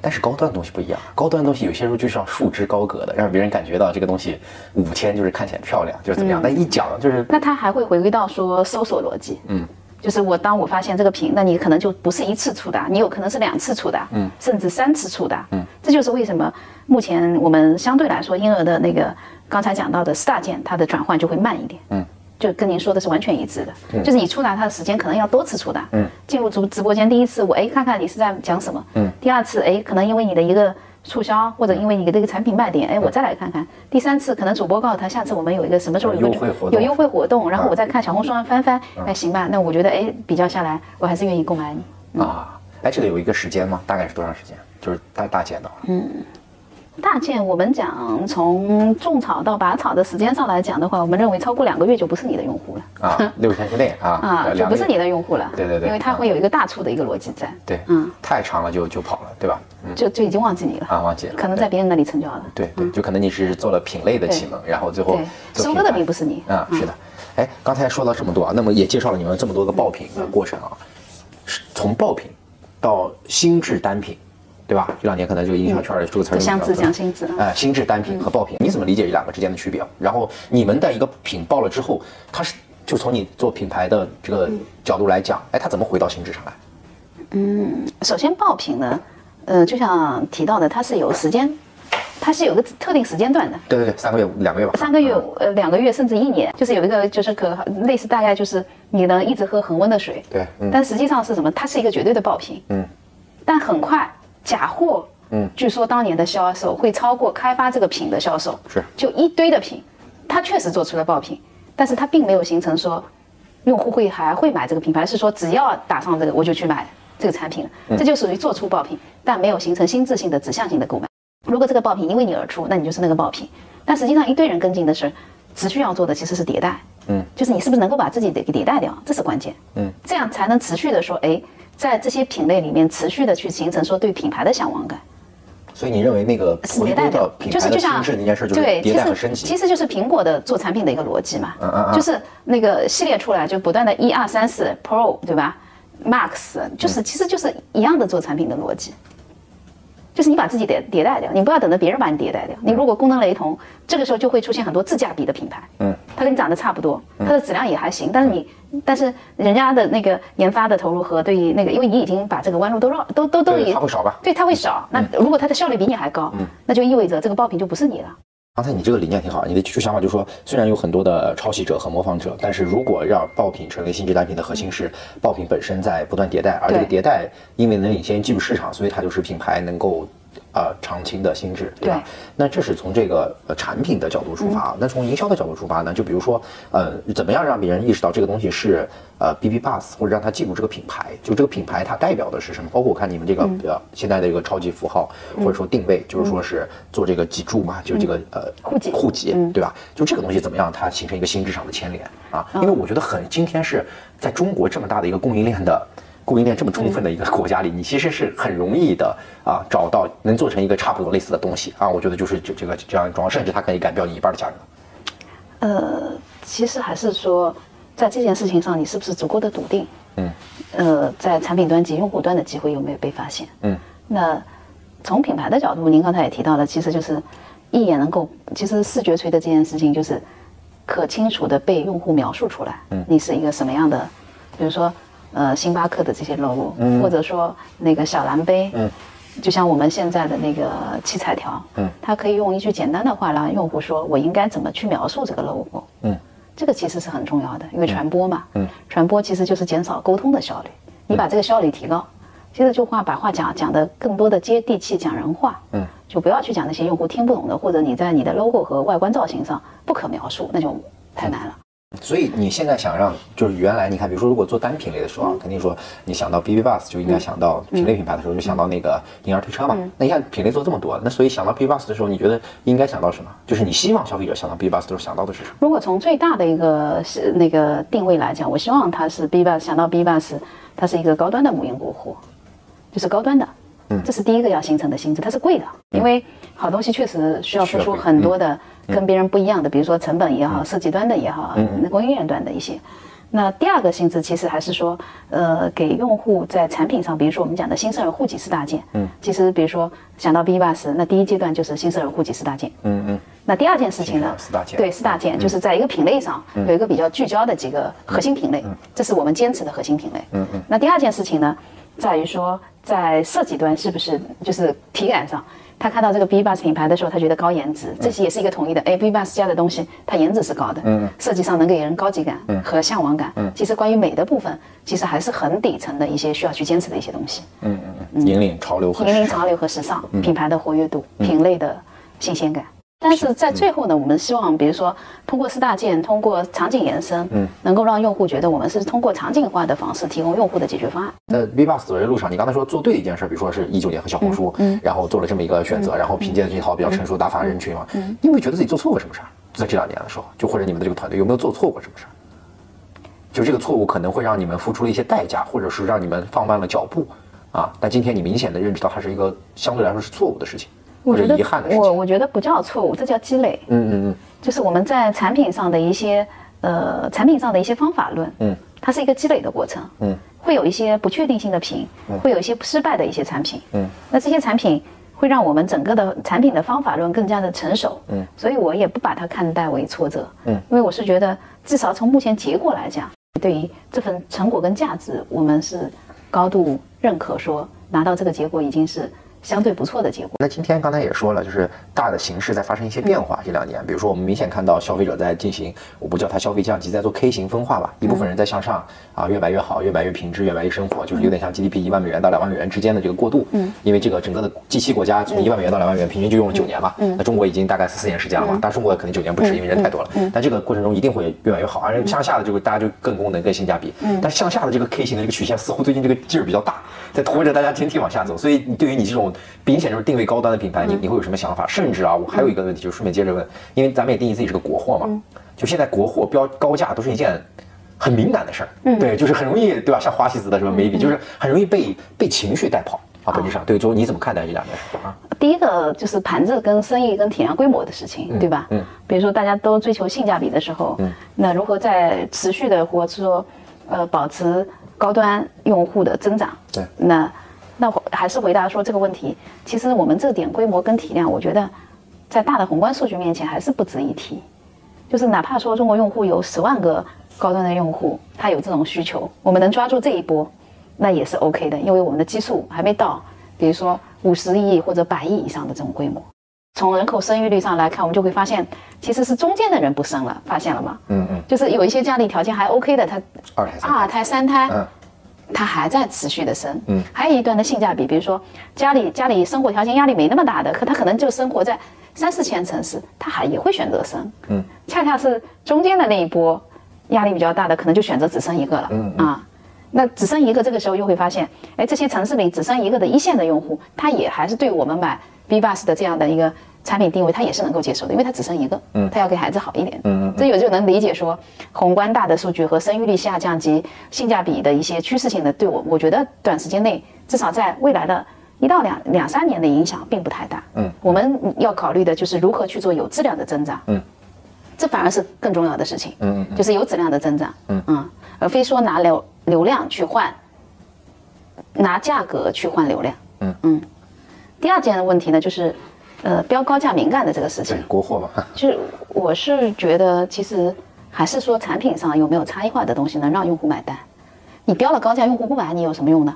但是高端的东西不一样，高端的东西有些时候就是要束之高阁的，让别人感觉到这个东西五千就是看起来漂亮，就是怎
嗯
么样，但一讲就是
那它还会回归到说搜索逻辑，嗯，就是我当我发现这个屏，那你可能就不是一次触达，你有可能是两次触达，嗯，甚至三次触达，嗯，这就是为什么目前我们相对来说婴儿的那个刚才讲到的四大件，它的转换就会慢一点，嗯。就跟您说的是完全一致的，
嗯
就是你触达它的时间可能要多次触达。嗯，进入直直播间第一次，我哎看看你是在讲什么。嗯，第二次哎可能因为你的一个促销或者因为你的这个产品卖点，
嗯
哎我再来看看。第三次可能主播告诉他，下次我们有一个什么时候有个
有优惠活动嗯
有优惠活动，然后我再看小红书上翻翻，哎行吧，那我觉得哎比较下来，我还是愿意购买你。
啊，哎，这个有一个时间吗？大概是多长时间？就是大大减到了，
大件我们讲从种草到拔草的时间上来讲的话，我们认为超过两个月就不是你的用户了
啊，六天之内啊，
啊，就
两
不
个
是
月
你的用户了。
对对对
因为它会有一个大促的一个逻辑在，
对，
嗯，
太长了就就跑了，对吧？嗯
就就已经忘记你了，
啊，忘记了，
可能在别人那里成交了。
对对，就可能你是做了品类的启蒙，然后最后
对，
做
收
品
割的
牌
并不是你。
啊，是的。哎，刚才说到这么多啊，那么也介绍了你们这么多个爆品的过程啊，是从爆品到新质单品，对吧？这两年可能这个营销圈儿里这个词儿
嗯就相
比较
自
多
相新自
哎，新质单品和爆品，你怎么理解这两个之间的区别啊？然后你们的一个品爆了之后，它是就从你做品牌的这
嗯
个角度来讲，哎，它怎么回到新质上来？
首先爆品呢，呃，就像提到的，它是有时间，它是有个特定时间段的。
对对对，三个月、两个月吧。
三个月
嗯，
呃，两个月甚至一年，就是有一个就是可类似，大概就是你能一直喝恒温的水，
对嗯
但实际上是什么？它是一个绝对的爆品，嗯，但很快假货，嗯，据说当年的销售会超过开发这个品的销售，
是
就一堆的品，它确实做出了爆品，但是它并没有形成说用户会还会买这个品牌，是说只要打上这个我就去买这个产品了，
嗯
这就属于做出爆品，但没有形成心智性的指向性的购买。如果这个爆品因为你而出，那你就是那个爆品。但实际上，一堆人跟进的是，持续要做的其实是迭代。嗯，就是你是不是能够把自己给迭代掉，这是关键。嗯，这样才能持续的说，哎，在这些品类里面持续的去形成说对品牌的向往感。
所以你认为那个
是
回
迭
归
代
到
的，
品
就
牌
是
的
就
心
像
智那件事，就是
对，
迭
其
代和
实
升级。
其实就是苹果的做产品的一个逻辑嘛，
嗯嗯
就是那个系列出来就不断的一二三四 Pro 对吧，Max
嗯
就是、其实就是一样的做产品的逻辑。就是你把自己迭迭代掉，你不要等着别人把你迭代掉。
嗯
你如果功能雷同，这个时候就会出现很多自价比的品牌。嗯，它跟你长得差不多，
嗯
它的质量也还行，但是你，但是人家的那个研发的投入和对于那个，因为你已经把这个弯路都绕都都都
对
已，
它会少吧嗯
对，它会少。那如果它的效率比你还高，那就意味着这个爆品就不是你了。
刚才你这个理念挺好，啊你的就想法就是说，虽然有很多的抄袭者和模仿者，但是如果让爆品成为新质单品的核心是爆品本身在不断迭代，而这个
对
迭代因为能领先技术市场，所以它就是品牌能够呃长青的心智，对吧？那这是从这个呃产品的角度出发，啊那从营销的角度出发呢？就比如说呃，怎么样让别人意识到这个东西是呃 BB Bus，或者让他记住这个品牌，就这个品牌它代表的是什么？包括我看你们这个呃现在的一个超级符号或者说定位，就是说是做这个脊柱嘛，就是这个呃
户籍
户籍，对吧？就这个东西怎么样它形成一个心智上的牵连啊？因为我觉得很今天是在中国这么大的一个供应链的。供应链这么充分的一个国家里，你其实是很容易的啊，找到能做成一个差不多类似的东西啊。我觉得就是这这个这样一桩，甚至它可以改掉你一半的价格。
呃，其实还是说，在这件事情上，你是不是足够的笃定？
嗯，
呃，在产品端及用户端的机会有没有被发现？
嗯，
那从品牌的角度，您刚才也提到了，其实就是一眼能够，其实视觉锤的这件事情就是可清楚的被用户描述出来，嗯，你是一个什么样的，比如说呃星巴克的这些 logo，、或者说那个小蓝杯，
嗯。
就像我们现在的那个七彩条，
嗯，
它可以用一句简单的话让用户说我应该怎么去描述这个 logo，
嗯，
这个其实是很重要的，因为传播嘛，
嗯，
传播其实就是减少沟通的效率，你把这个效率提高，其实就话把话讲讲的更多的接地气，讲人话，
嗯，
就不要去讲那些用户听不懂的，或者你在你的 logo 和外观造型上不可描述，那就太难了。
所以你现在想让，就是原来你看，比如说如果做单品类的时候啊，肯定说你想到 BB Bus 就应该想到品类品牌的时候，就想到那个婴儿推车嘛。那你看品类做这么多，那所以想到 BB Bus 的时候，你觉得应该想到什么？就是你希望消费者想到 BB Bus 的时候想到的是什么？
如果从最大的一个是那个定位来讲，我希望它是 B bus，想到 B bus，它是一个高端的母婴国货，就是高端的。嗯，这是第一个要形成的心智，它是贵的，因为好东西确实需要付
需要
出嗯
贵
很多的跟别人不一样的，比如说成本也好，设计端的也好，那供应链端的一些。那第二个心智其实还是说，呃，给用户在产品上，比如说我们讲的新生儿护脊式搭建，嗯，其实比如说想到 B bus，那第一阶段就是新生儿护脊式搭建，
嗯嗯，
那第二件嗯事情
新生
呢
儿？四大件
对，四大件就是在一个品类上有一个比较聚焦的几个核心品类，这是我们坚持的核心品类。嗯嗯。那第二件事情呢，在于说在设计端是不是就是体感上，他看到这个 B bus 品牌的时候，他觉得高颜值，这是也是一个统一的。哎，B bus 家的东西，它颜值是高的，嗯，设计上能给人高级感和向往感。嗯，其实关于美的部分，其实还是很底层的一些需要去坚持的一些东西。嗯
引领潮流和
引
时
领
尚。
潮流和时尚，品牌的活跃度，品类的新鲜感。但嗯是嗯在最后呢，我们希望，比如说通过四大件，通过场景延伸，嗯，能够让用户觉得我们是通过场景化的方式提供用户的解决方案。
那 V Bus 走在路上，你刚才说做对的一件事，比如说是一九年和小红书，
嗯
然后做了这么一个选择，然后凭借这套比较成熟的打法人群嘛，
嗯
你有没有觉得自己做错过什么事儿？在这两年的时候，就或者你们的这个团队有没有做错过什么事儿？就这个错误可能会让你们付出了一些代价，或者是让你们放慢了脚步啊。但今天你明显的认知到它是一个相对来说是错误的事情，或者遗憾的事
我
情。
我觉得不叫错误，这叫积累。
嗯嗯嗯，
就是我们在产品上的一些呃产品上的一些方法论，
嗯，
它是一个积累的过程，
嗯，
会有一些不确定性的品，会有一些失败的一些产品，
嗯，
那这些产品会让我们整个的产品的方法论更加的成熟，嗯，所以我也不把它看待为挫折，嗯，因为我是觉得至少从目前结果来讲，对于这份成果跟价值，我们是高度认可说，拿到这个结果已经是相对不错的结果。
那今天刚才也说了，就是大的形势在发生一些变化。这两年，比如说我们明显看到消费者在进行，我不叫它消费降级，在做 K 型分化吧。一部分人在向上啊，越买越好，越买越品质，越买越生活，就是有点像 GDP 一万美元到两万美元之间的这个过渡。嗯，因为这个整个的 G 7国家从一万美元到两万美元，平均就用了九年嘛。嗯，那嗯中国已经大概四年时间了嘛，但中国可能九年不止，因为人太多了。但这个过程中一定会越买越好，而向下的这个大家就更功能、更性价比。嗯，但是向下的这个 K 型的这个曲线似乎最近这个劲儿比较大，在拖着大家整体往下走。所以你对于你这种明显就是定位高端的品牌，你你会有什么想法？甚至啊，我还有一个问题，就是顺便接着问，因为咱们也定义自己是个国货嘛，就现在国货标高价都是一件。很敏感的事儿，对，就是很容易，对吧？像花西子的什么 maybe，就是很容易被被情绪带跑嗯啊。本质上，对，就你怎么看待这两件事啊？
第一个就是盘子跟生意跟体量规模的事情，对吧？
嗯
比如说大家都追求性价比的时候，那如何在持续的或者说呃保持高端用户的增长？
对
那那我还是回答说这个问题，其实我们这点规模跟体量，我觉得在大的宏观数据面前还是不值一提。就是哪怕说中国用户有十万个高端的用户，他有这种需求，我们能抓住这一波，那也是 OK 的，因为我们的基数还没到，比如说五十亿或者百亿以上的这种规模。从人口生育率上来看，我们就会发现，其实是中间的人不生了，发现了吗？
嗯嗯，啊
就是有一些家里条件还 OK 的，他
二胎三胎
啊二胎、三胎，
嗯
它还在持续的升。
嗯，
还有一段的性价比，比如说家里家里生活条件压力没那么大的，可他可能就生活在三四线城市，他还也会选择升。
嗯，
恰恰是中间的那一波压力比较大的，可能就选择只升一个了。
嗯
啊。那只剩一个，这个时候又会发现，哎，这些城市里只剩一个的一线的用户，他也还是对我们买 B bus 的这样的一个产品定位，他也是能够接受的，因为他只剩一个，
嗯
他要给孩子好一点，
嗯嗯嗯
这有就能理解说，宏观大的数据和生育率下降及性价比的一些趋势性的对我，我觉得短时间内，至少在未来的一到两两三年的影响并不太大，
嗯，
我们要考虑的就是如何去做有质量的增长，
嗯，
这反而是更重要的事情，嗯
嗯嗯嗯
就是有质量的增长，
嗯
而非说拿流流量去换，拿价格去换流量，
嗯
第二件问题呢，就是，呃，标高价敏感的这个事情
对，，国货嘛，
就是我是觉得其实还是说产品上有没有差异化的东西能让用户买单，你标了高价，用户不买，你有什么用呢？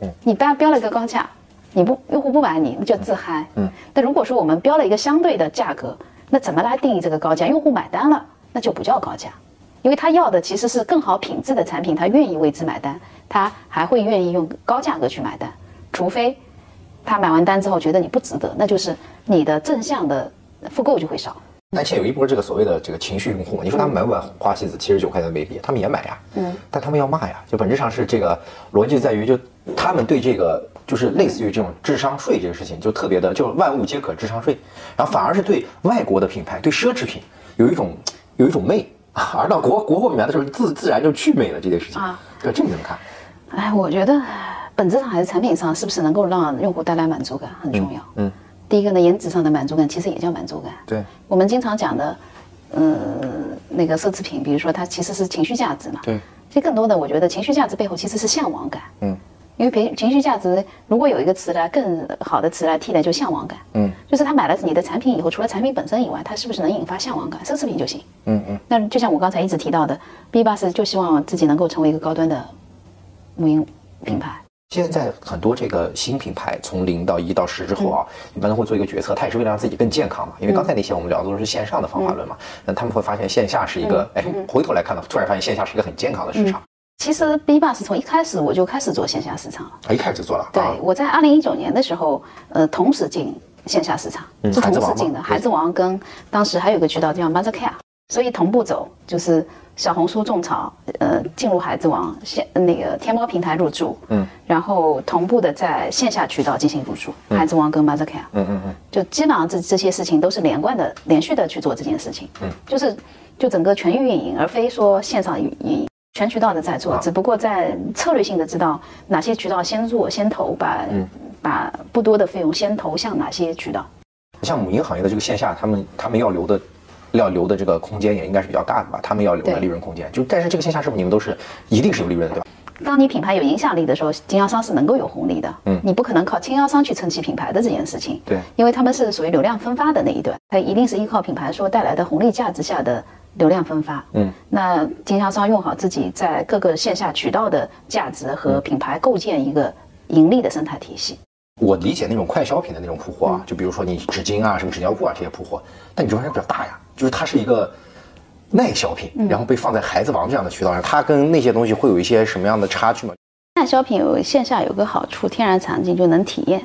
嗯
你标标了一个高价，你不用户不买你，你就自嗨。
嗯，
但如果说我们标了一个相对的价格，那怎么来定义这个高价？用户买单了，那就不叫高价，因为他要的其实是更好品质的产品，他愿意为之买单，他还会愿意用高价格去买单，除非他买完单之后觉得你不值得，那就是你的正向的复购就会少。
但现在有一波这个所谓的这个情绪用户，你说他们买不买花西子七十九块钱的眉笔，他们也买呀，
嗯，
但他们要骂呀，就本质上是这个逻辑在于，就他们对这个就是类似于这种智商税这个事情，就特别的，就是万物皆可智商税，然后反而是对外国的品牌、对奢侈品有一种有一种媚， 而到国国货品牌的时候，自自然就去媚了这件事情
啊，
对，这你怎么看？
哎，我觉得本质上还是产品上是不是能够让用户带来满足感很重要。
嗯嗯
第一个呢，颜值上的满足感其实也叫满足感。
对
我们经常讲的，呃，那个奢侈品，比如说它其实是情绪价值嘛。
对，
其实更多的，我觉得情绪价值背后其实是向往感。
嗯
因为情情绪价值如果有一个词来更好的词来替代，就向往感。
嗯
就是他买了你的产品以后，除了产品本身以外，它是不是能引发向往感？奢侈品就行。
嗯嗯
那就像我刚才一直提到的，B bus 就希望自己能够成为一个高端的母婴品牌。
现在很多这个新品牌从零到一到十之后啊，
嗯
一般都会做一个决策，它也是为了让自己更健康嘛。因为刚才那些我们聊的都是线上的方法论嘛，
嗯
那他们会发现线下是一个，哎，回头来看呢，突然发现线下是一个很健康的市场。
其实 B bus 从一开始我就开始做线下市场了。
啊，一开始就做了，
对
啊，
我在二零一九年的时候，呃，同时进线下市场，
嗯
是同
孩子王
时
嘛
进的，
对
孩子王跟当时还有一个渠道叫 Mother Care，所以同步走，就是小红书种草，呃，进入孩子王线那个天猫平台入驻，
嗯，
然后同步的在线下渠道进行入驻，孩子王跟 Mother Care，
嗯嗯嗯，
就基本上这这些事情都是连贯的、连续的去做这件事情。嗯，就是就整个全域运营，而非说线上运营，全渠道的在做，
啊
只不过在策略性的知道哪些渠道先做、先投，把、
嗯
把不多的费用先投向哪些渠道。
像母婴行业的这个线下，他们他们要留的。要留的这个空间也应该是比较大的吧，他们要留的
对
利润空间，就但是这个线下是不是你们都是一定是有利润的，对吧？
当你品牌有影响力的时候，经销商是能够有红利的。
嗯
你不可能靠经销商去撑起品牌的这件事情。
对
因为他们是属于流量分发的那一段，它一定是依靠品牌说带来的红利价值下的流量分发。
嗯，
那经销商用好自己在各个线下渠道的价值和品牌，构建一个盈利的生态体系。
我理解那种快消品的那种铺货
嗯
啊，就比如说你纸巾啊、什么纸尿裤啊这些铺货，但你这玩意儿比较大呀，就是它是一个耐消品，
嗯
然后被放在孩子王这样的渠道上，它跟那些东西会有一些什么样的差距吗？
耐消品有线下有个好处，天然场景就能体验，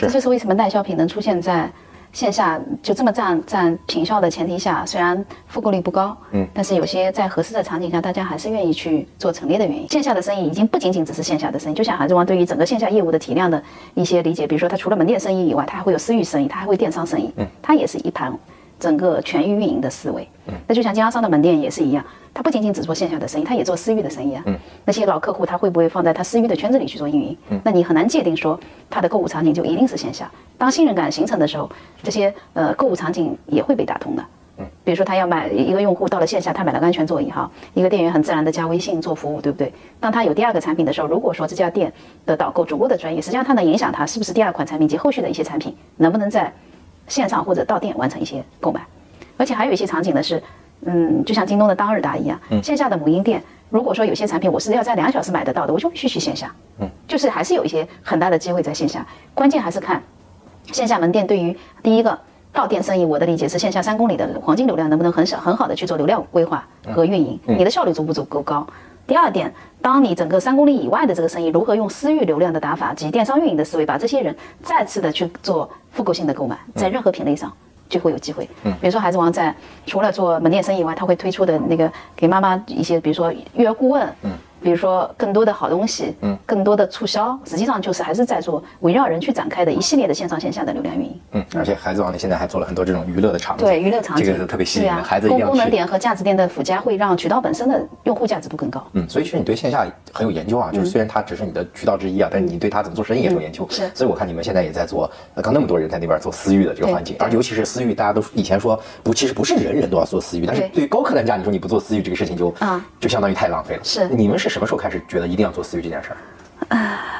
是
这就是为什么耐消品能出现在线下就这么占占平效的前提下，虽然复购率不高，
嗯
但是有些在合适的场景下，大家还是愿意去做陈列的原因。线下的生意已经不仅仅只是线下的生意，就像海之王对于整个线下业务的体量的一些理解，比如说它除了门店生意以外，它还会有私域生意，它还会电商生意，嗯，它也是一盘整个全域运营的思维。嗯，那就像经销商的门店也是一样，它不仅仅只做线下的生意，它也做私域的生意啊。嗯，那些老客户他会不会放在他私域的圈子里去做运营？嗯，那你很难界定说他的购物场景就一定是线下。当信任感形成的时候，这些呃购物场景也会被打通的。比如说他要买一个用户到了线下，他买了个安全座椅哈，一个店员很自然的加微信做服务，对不对？当他有第二个产品的时候，如果说这家店的导购足够的专业，实际上它能影响他是不是第二款产品及后续的一些产品能不能在线上或者到店完成一些购买。而且还有一些场景呢是，嗯，就像京东的当日达一样，线下的母婴店，如果说有些产品我是要在两小时买得到的，我就必须去线下。嗯，就是还是有一些很大的机会在线下，关键还是看线下门店对于第一个到店生意，我的理解是线下三公里的黄金流量能不能很小很好的去做流量规划和运营，你的效率足不足够高？第二点，当你整个三公里以外的这个生意，如何用私域流量的打法及电商运营的思维，把这些人再次的去做复购性的购买，在任何品类上。就会有机会，嗯，比如说孩子王在除了做门店生意以外，他会推出的那个给妈妈一些，比如说育儿顾问，嗯，比如说更多的好东西，嗯，更多的促销，实际上就是还是在做围绕人去展开的一系列的线上线下的流量运营。
嗯，而且孩子王里现在还做了很多这种娱乐的场景，
对娱乐场景，
这个是特别吸引人，
对啊
孩子一定
功
要
功能
去。
点和价值点的附加，会让渠道本身的用户价值度更高。
嗯，所以其实你对线下很有研究啊，就是虽然它只是你的渠道之一啊，但是你对它怎么做生意也很有研究。
嗯是
所以我看你们现在也在做，呃刚那么多人在那边做私域的这个
对
环节，
对
而尤其是私域，大家都以前说不，其实不是人人都要做私域，但是
对
对于高客单价，你说你不做私域这个事情就
啊
就相当于太浪费了。
是
你们是什么时候开始觉得一定要做私域这件事儿？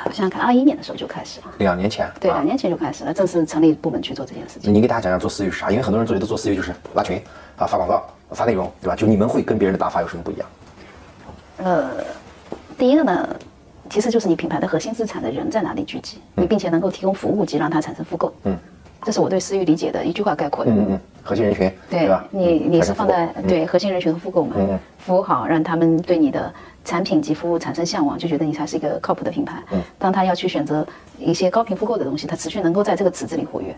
我想想看，二一年的时候就开始了，
两年前，
对，
啊
两年前就开始了，正式成立部门去做这件事情。
你给大家讲讲做私域是啥？因为很多人觉得做私域就是拉群啊、发广告、发内容，对吧？就你们会跟别人的打法有什么不一样？
呃第一个呢，其实就是你品牌的核心资产的人在哪里聚集，
嗯
你并且能够提供服务及让它产生复购。嗯，这是我对私域理解的一句话概括。
嗯嗯嗯，核心人群，
对
吧？
你，
嗯
你是放在、
还有
对核心人群和复购嘛？
嗯嗯
服务好，让他们对你的产品及服务产生向往，就觉得你才是一个靠谱的品牌。嗯，当他要去选择一些高频复购的东西，他持续能够在这个池子里活跃。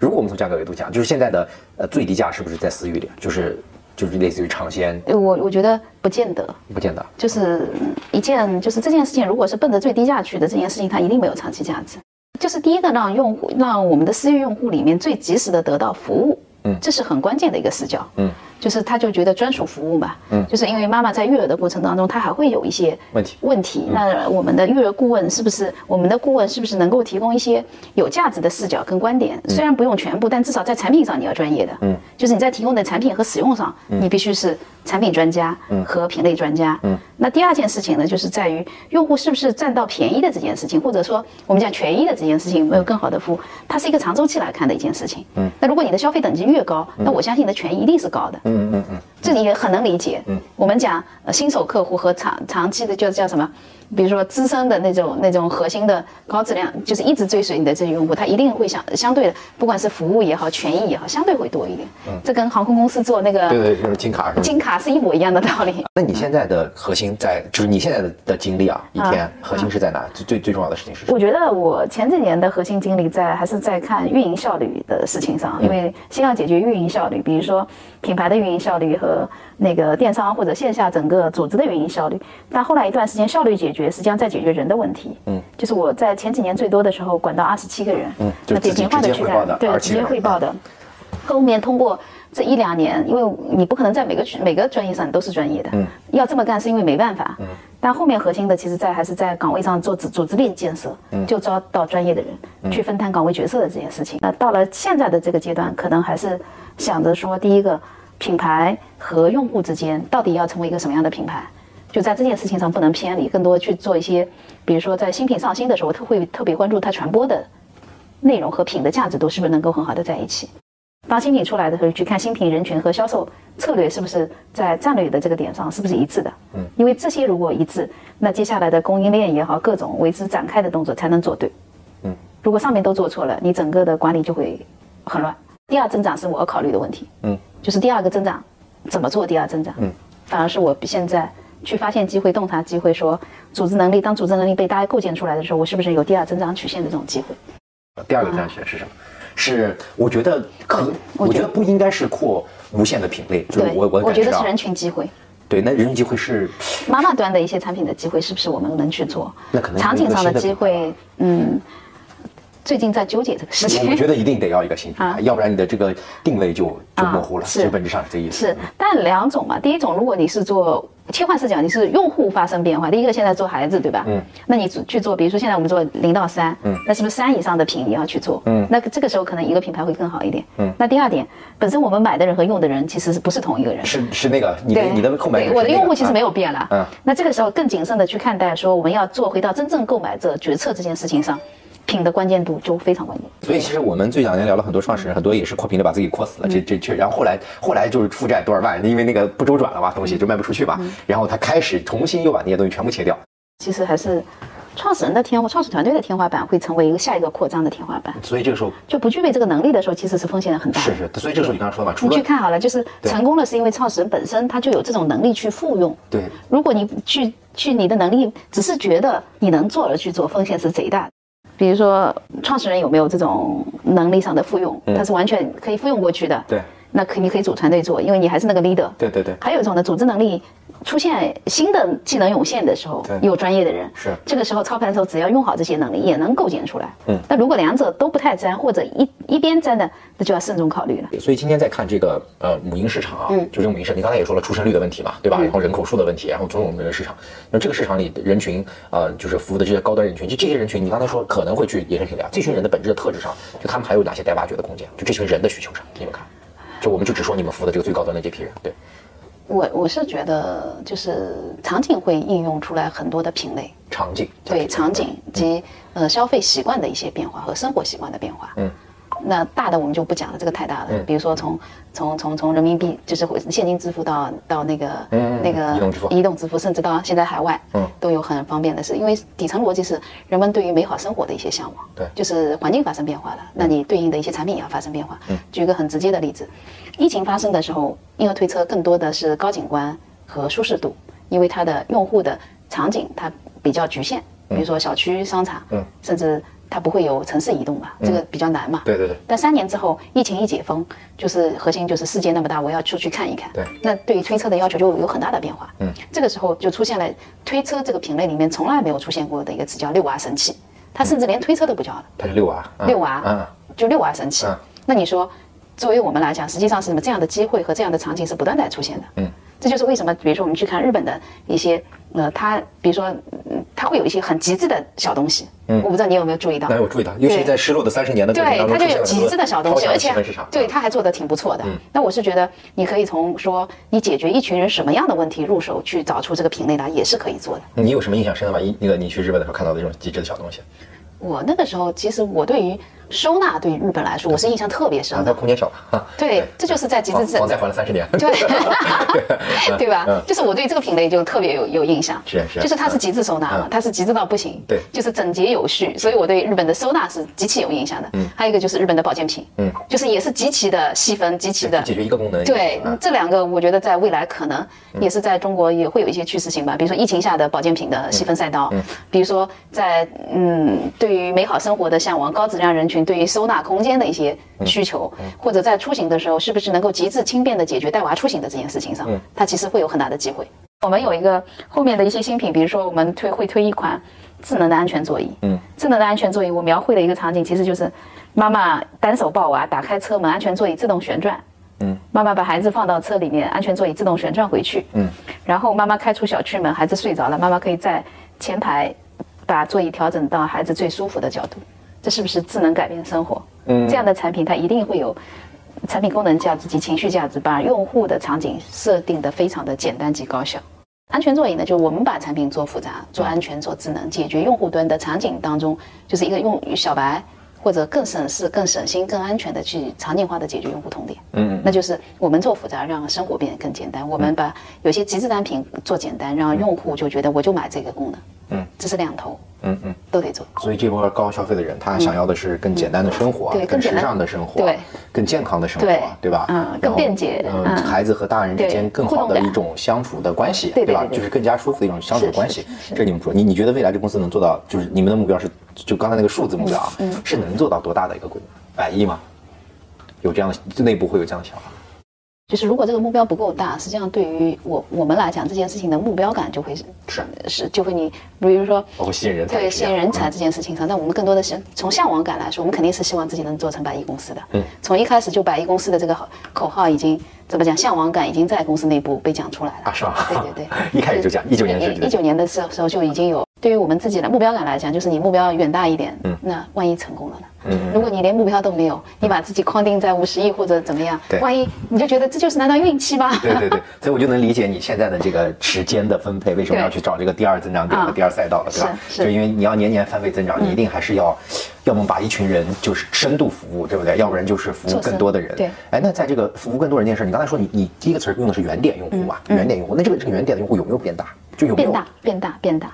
如果我们从价格维度讲，就是现在的呃最低价是不是在私域里？就是就是类似于尝鲜，
呃我我觉得不见得，
不见得。
就是嗯一件，就是这件事情，如果是奔着最低价去的这件事情，它一定没有长期价值。就是第一个，让用户让我们的私域用户里面最及时的得到服务，嗯，这是很关键的一个视角，嗯，就是他就觉得专属服务嘛，嗯，就是因为妈妈在育儿的过程当中，她还会有一些
问题
问题，嗯那我们的育儿顾问是不是我们的顾问是不是能够提供一些有价值的视角跟观点？虽然不用全部，但至少在产品上你要专业的，嗯，就是你在提供的产品和使用上，你必须是产品专家和品类专家，嗯。那第二件事情呢，就是在于用户是不是占到便宜的这件事情，或者说我们讲权益的这件事情有没有更好的服务，它是一个长周期来看的一件事情，嗯。那如果你的消费等级越高，那我相信你的权益一定是高的，嗯。这里也很能理解。嗯，我们讲、呃新手客户和长长期的，就是叫什么？比如说资深的那种那种核心的高质量，就是一直追随你的这些用户，他一定会相相对的，不管是服务也好，权益也好，相对会多一点。嗯，这跟航空公司做那
对
个
对，就是金卡什么的。
金卡是一模一样的道理。
那你现在的核心在，就是你现在的的精力啊，一天核心是在
啊
哪？最最最重要的事情是什么？
我觉得我前几年的核心精力在还是在看运营效率的事情上，因为先要解决运营效率，比如说品牌的运营效率和那个电商或者线下整个组织的运营效率。但后来一段时间，效率解决实际上在解决人的问题。嗯，就是我在前几年最多的时候管到二十七个人，嗯那
就是
典型化
自
的
己直
去
接汇报
干
的，嗯
对，
27
直接
个人
汇报的。后面通过这一两年，因为你不可能在每个区每个专业上你都是专业
嗯
的，要这么干是因为没办法，但后面核心的其实在还是在岗位上做组组织力建设，
嗯
就招到专业的人、去分摊岗位角色的这件事情。那到了现在的这个阶段，可能还是想着说，第一个品牌和用户之间到底要成为一个什么样的品牌。就在这件事情上不能偏离，更多去做一些，比如说在新品上新的时候，我特会特别关注它传播的内容和品的价值度是不是能够很好的在一起。当新品出来的时候，去看新品人群和销售策略是不是在战略的这个点上是不是一致的。嗯，因为这些如果一致，那接下来的供应链也好，各种为之展开的动作才能做对。
嗯，
如果上面都做错了，你整个的管理就会很乱。第二增长是我要考虑的问题。
嗯，
就是第二个增长怎么做？第二增长，嗯，反而是我现在去发现机会、洞察机会说，组织能力当组织能力被大家构建出来的时候，我是不是有第二增长曲线的这种机会？
第二个战学是什么？是我觉得可，
啊我
我觉
觉
得
得
不应该是扩无限的品类，就是
对，
我我感
觉得
啊
是人群机会。
对，那人群机会是
妈妈端的一些产品的机会，是不是我们能去做？
那可能
场景上的机
有
会，嗯，最近在纠结这个事
我我觉
情。
得一定得要一个新品牌，
啊
要不然你的这个定位就就模糊了。
啊
其
是
实本质上是这意思。
是，但两种嘛。第一种，如果你是做切换视角，你是用户发生变化。第一个，现在做孩子，对吧？嗯。那你去做，比如说现在我们做零到三，嗯，那是不是三以上的品你要去做？嗯。那这个时候可能一个品牌会更好一点。嗯。那第二点，本身我们买的人和用的人其实是不是同一个人？
是是那个你的
对，
你的购买者
对
是
我的
那
用
个
户其实
啊
没有变了。
嗯
那这个时候更谨慎的去看待，说我们要做回到真正购买者决策这件事情上，品的关键度就非常关键。
所以其实我们这两年聊了很多创始人，很多也是扩频率把自己扩死了，
嗯
这这这，然后后来后来就是负债多少万，因为那个不周
嗯
转了嘛，东西就卖不出去嘛，然后他开始重新又把那些东西全部切掉。
其实还是创始人的天花，创始团队的天花板会成为一个下一个扩张的天花板。
所以这个时候
就不具备这个能力的时候，其实是风险很大的。
是是，所以这个时候你刚才说的嘛，除
你
了
去看好了，就是
对
成功了，是因为创始人本身他就有这种能力去复用。
对
如果你去去你的能力只是觉得你能做而去做，风险是贼大的。比如说，创始人有没有这种能力上的复用？
嗯
他是完全可以复用过去的。
对
那可你可以组团队做，因为你还是那个 leader。
对对对，
还有一种呢，组织能力出现新的技能涌现的时候
对，
有专业的人。
是
这个时候操盘的时候，只要用好这些能力，也能构建出来。
嗯
那如果两者都不太沾，或者一一边沾的，那就要慎重考虑了。
所以今天在看这个呃母婴市场啊，
嗯
就这个母婴市场，你刚才也说了出生率的问题嘛，对吧？
嗯
然后人口数的问题，然后种种这个市场，那这个市场里人群呃就是服务的这些高端人群，就这些人群，你刚才说可能会去延伸性聊，这群人的本质的特质上，就他们还有哪些待挖掘的空间？就这群人的需求上，你们看，就我们就只说你们服务的这个最高端的这批人，对，
我我是觉得，就是场景会应用出来很多的品类，
场景
对场景
嗯
及呃消费习惯的一些变化和生活习惯的变化。
嗯，
那大的我们就不讲了，这个太大了。
嗯
比如说从从从从人民币就是现金支付到到那个、
嗯
那个
移动支付
移动支付，甚至到现在海外，
嗯
都有很方便的事。因为底层逻辑是人们对于美好生活的一些向往，
对
就是环境发生变化了，那你对应的一些产品也要发生变化。
嗯
举一个很直接的例子，疫情发生的时候，婴儿推车更多的是高景观和舒适度，因为它的用户的场景它比较局限，比如说小区、商场，
嗯
甚至它不会有城市移动嘛，这个比较难嘛。
对对对
但三年之后，疫情一解封，就是核心就是世界那么大，我要出去看一看。
对
那对于推车的要求就有很大的变化。
嗯，
这个时候就出现了推车这个品类里面从来没有出现过的一个词叫“六娃神器”，它甚至连推车都不叫了，
他是六娃，嗯
六娃
嗯，
就六娃神器
嗯。
那你说，作为我们来讲，实际上是什么？这样的机会和这样的场景是不断在出现的。
嗯，
这就是为什么，比如说我们去看日本的一些，呃，它比如说，嗯，它会有一些很极致的小东西。嗯，我不知道你有没有注意到。
那我注意到，尤其
对
在失落的三十年的过程
对，
当中，
它
出
就
现
有
了很
极
多
致的小东西，
超
而
级细
且
分市场
对
嗯
它还做的挺不错的。那我是觉得你可以从说你解决一群人什么样的问题入手，去找出这个品类来，也是可以做的。
你有什么印象深的吗？一那个你去日本的时候看到的这种极致的小东西，
我那个时候，其实我对于收纳对于日本来说，我是印象特别
啊
深，
它
的。
空间小吧？啊
对，这就是在极致
房
整
房贷还了 三十年，
对，对吧？
嗯
就是我对这个品类就特别有有印象，
是是
就是它是极致收纳嘛
嗯，
它是极致到不行，
对
就是整洁有序，所以我对日本的收纳是极其有印象的。嗯，还有一个就是日本的保健品，
嗯，
就是也是极其的细分，极其 的
解决一个功能，
对
嗯，
这两个我觉得在未来可能也是在中国也会有一些趋势性吧，比如说疫情下的保健品
嗯
的细分赛道，比如说在嗯对于美好生活的向往、高质量人群对于收纳空间的一些需求，
嗯
或者在出行的时候是不是能够极致轻便的解决带娃出行的这件事情上，
嗯
它其实会有很大的机会。我们有一个后面的一些新品，比如说我们推会推一款智能的安全座椅，
嗯，
智能的安全座椅我描绘了一个场景，其实就是妈妈单手抱娃，打开车门，安全座椅自动旋转。妈妈把孩子放到车里面，安全座椅自动旋转回去。
嗯，
然后妈妈开出小区门，孩子睡着了，妈妈可以在前排把座椅调整到孩子最舒服的角度。这是不是智能改变生活？嗯，这样的产品它一定会有产品功能价值及情绪价值，把用户的场景设定的非常的简单及高效。安全座椅呢，就是我们把产品做复杂、做安全、做智能，解决用户端的场景当中，就是一个用小白或者更省事、更省心、更安全的去场景化的解决用户痛点。
嗯，
那就是我们做复杂，让生活变得更简单。我们把有些极致单品做简单，让用户就觉得我就买这个功能。
嗯，
这是两头
嗯嗯。
都得做。
所以这波高消费的人，他想要的是更简单的生活
嗯
啊，
对
更
更
时
简单
尚的生活啊，
对
更健康的生活啊，
对
对吧？
嗯
然后
更便捷
嗯，
嗯
孩子和大人之间
对
更好
互动
的
感
一种相处的关系，啊
对对
吧？
对对
就是更加舒服的一种相处的
是
关系。这你们说，你你觉得未来这公司能做到，就是你们的目标是，就刚才那个数字目标啊，
嗯
是能做到多大的一个规模？百亿吗？有这样的内部会有这样的想法？
就是如果这个目标不够大，实际上对于我我们来讲，这件事情的目标感就会是
是啊
是就会你比如说
包括吸引人才也
对
是
吸
一
引
样
人才这件事情上，那我们更多的是从向往感来说，我们肯定是希望自己能做成百亿公司的。
嗯，
从一开始就百亿公司的这个好口号已经怎么讲，向往感已经在公司内部被讲出来了。
啊，是吧？
对对对，
一开始就这样，一九年设计
一
的。
九年的时候时候就已经有，对于我们自己的目标感来讲，就是你目标远大一点，嗯，那万一成功了呢？
嗯
如果你连目标都没有，你把自己框定在五十亿或者怎么样
对，
万一你就觉得这就是难道运气吗？
对对对，所以我就能理解你现在的这个时间的分配，为什么
对
要去找这个第二增长点和
啊
第二赛道了，对吧？
是是嗯
就因为你要年年翻倍增长，你一定还是要，要么把一群人就是深度服务，对不对？要不然就是服
嗯
务
做深
更多的人。
对
哎，那在这个服务更多人这件事，你刚才说你你第一个啊
嗯
词儿用的是原点用户嘛？原点用户，那这个这个原点的用户有没有变大？就有没有
变大，变大，变大。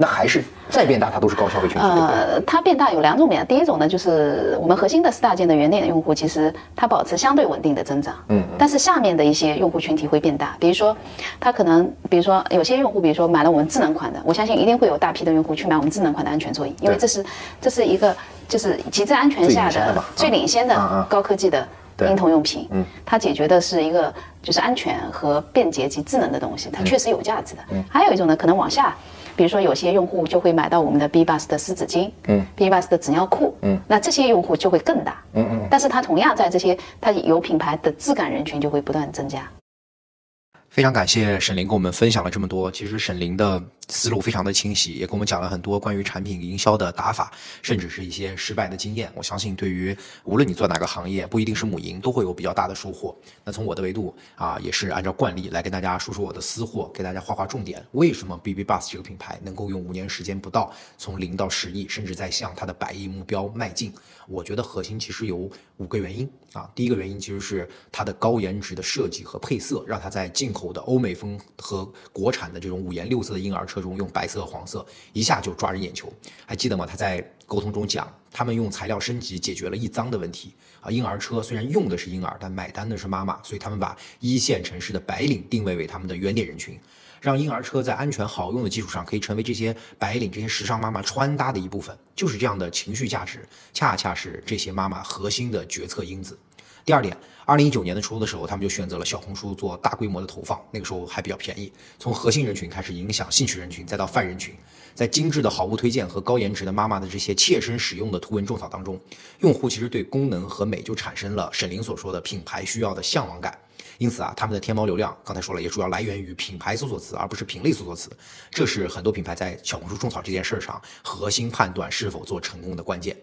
那还是再变大，它都是高消费群体，对不对？
呃，它变大有两种变，第一种呢，就是我们核心的四大件的原点用户，其实它保持相对稳定的增长。
嗯
但是下面的一些用户群体会变大，比如说，他可能，比如说有些用户，比如说买了我们智能款的，我相信一定会有大批的用户去买我们智能款的安全座椅，因为
对
这是这是一个就是极致安全
最
下
领先的
的
嘛啊
最领先的
啊啊
高科技的
对
婴童用品。
嗯，
它解决的是一个就是安全和便捷及智能的东西，
嗯
它确实有价值的。还有一种呢，可能往下。比如说，有些用户就会买到我们的 B Bus 的湿纸巾，
嗯
，B Bus 的纸尿裤，
嗯，
那这些用户就会更大，
嗯嗯，
但是它同样在这些它有品牌的质感人群就会不断增加。
非常感谢沈凌跟我们分享了这么多。其实沈凌的思路非常的清晰，也跟我们讲了很多关于产品营销的打法，甚至是一些失败的经验。我相信，对于无论你做哪个行业，不一定是母婴，都会有比较大的收获。那从我的维度啊，也是按照惯例来跟大家说说我的私货，给大家画画重点。为什么 BB Bus 这个品牌能够用五年时间不到，从零到十亿，甚至在向它的百亿目标迈进？我觉得核心其实有五个原因啊。第一个原因其实是它的高颜值的设计和配色，让它在进口的欧美风和国产的这种五颜六色的婴儿车中，用白色和黄色一下就抓人眼球。还记得吗？他在沟通中讲，他们用材料升级解决了一脏的问题啊。婴儿车虽然用的是婴儿，但买单的是妈妈，所以他们把一线城市的白领定位为他们的原点人群。让婴儿车在安全好用的基础上，可以成为这些白领、这些时尚妈妈穿搭的一部分。就是这样的情绪价值，恰恰是这些妈妈核心的决策因子。第二点，二零一九年的初的时候，他们就选择了小红书做大规模的投放，那个时候还比较便宜，从核心人群开始影响兴趣人群，再到泛人群，在精致的好物推荐和高颜值的妈妈的这些切身使用的图文种草当中，用户其实对功能和美就产生了沈凌所说的品牌需要的向往感。因此啊，他们的天猫流量刚才说了，也主要来源于品牌搜索词，而不是品类搜索词。这是很多品牌在小红书种草这件事儿上核心判断是否做成功的关键。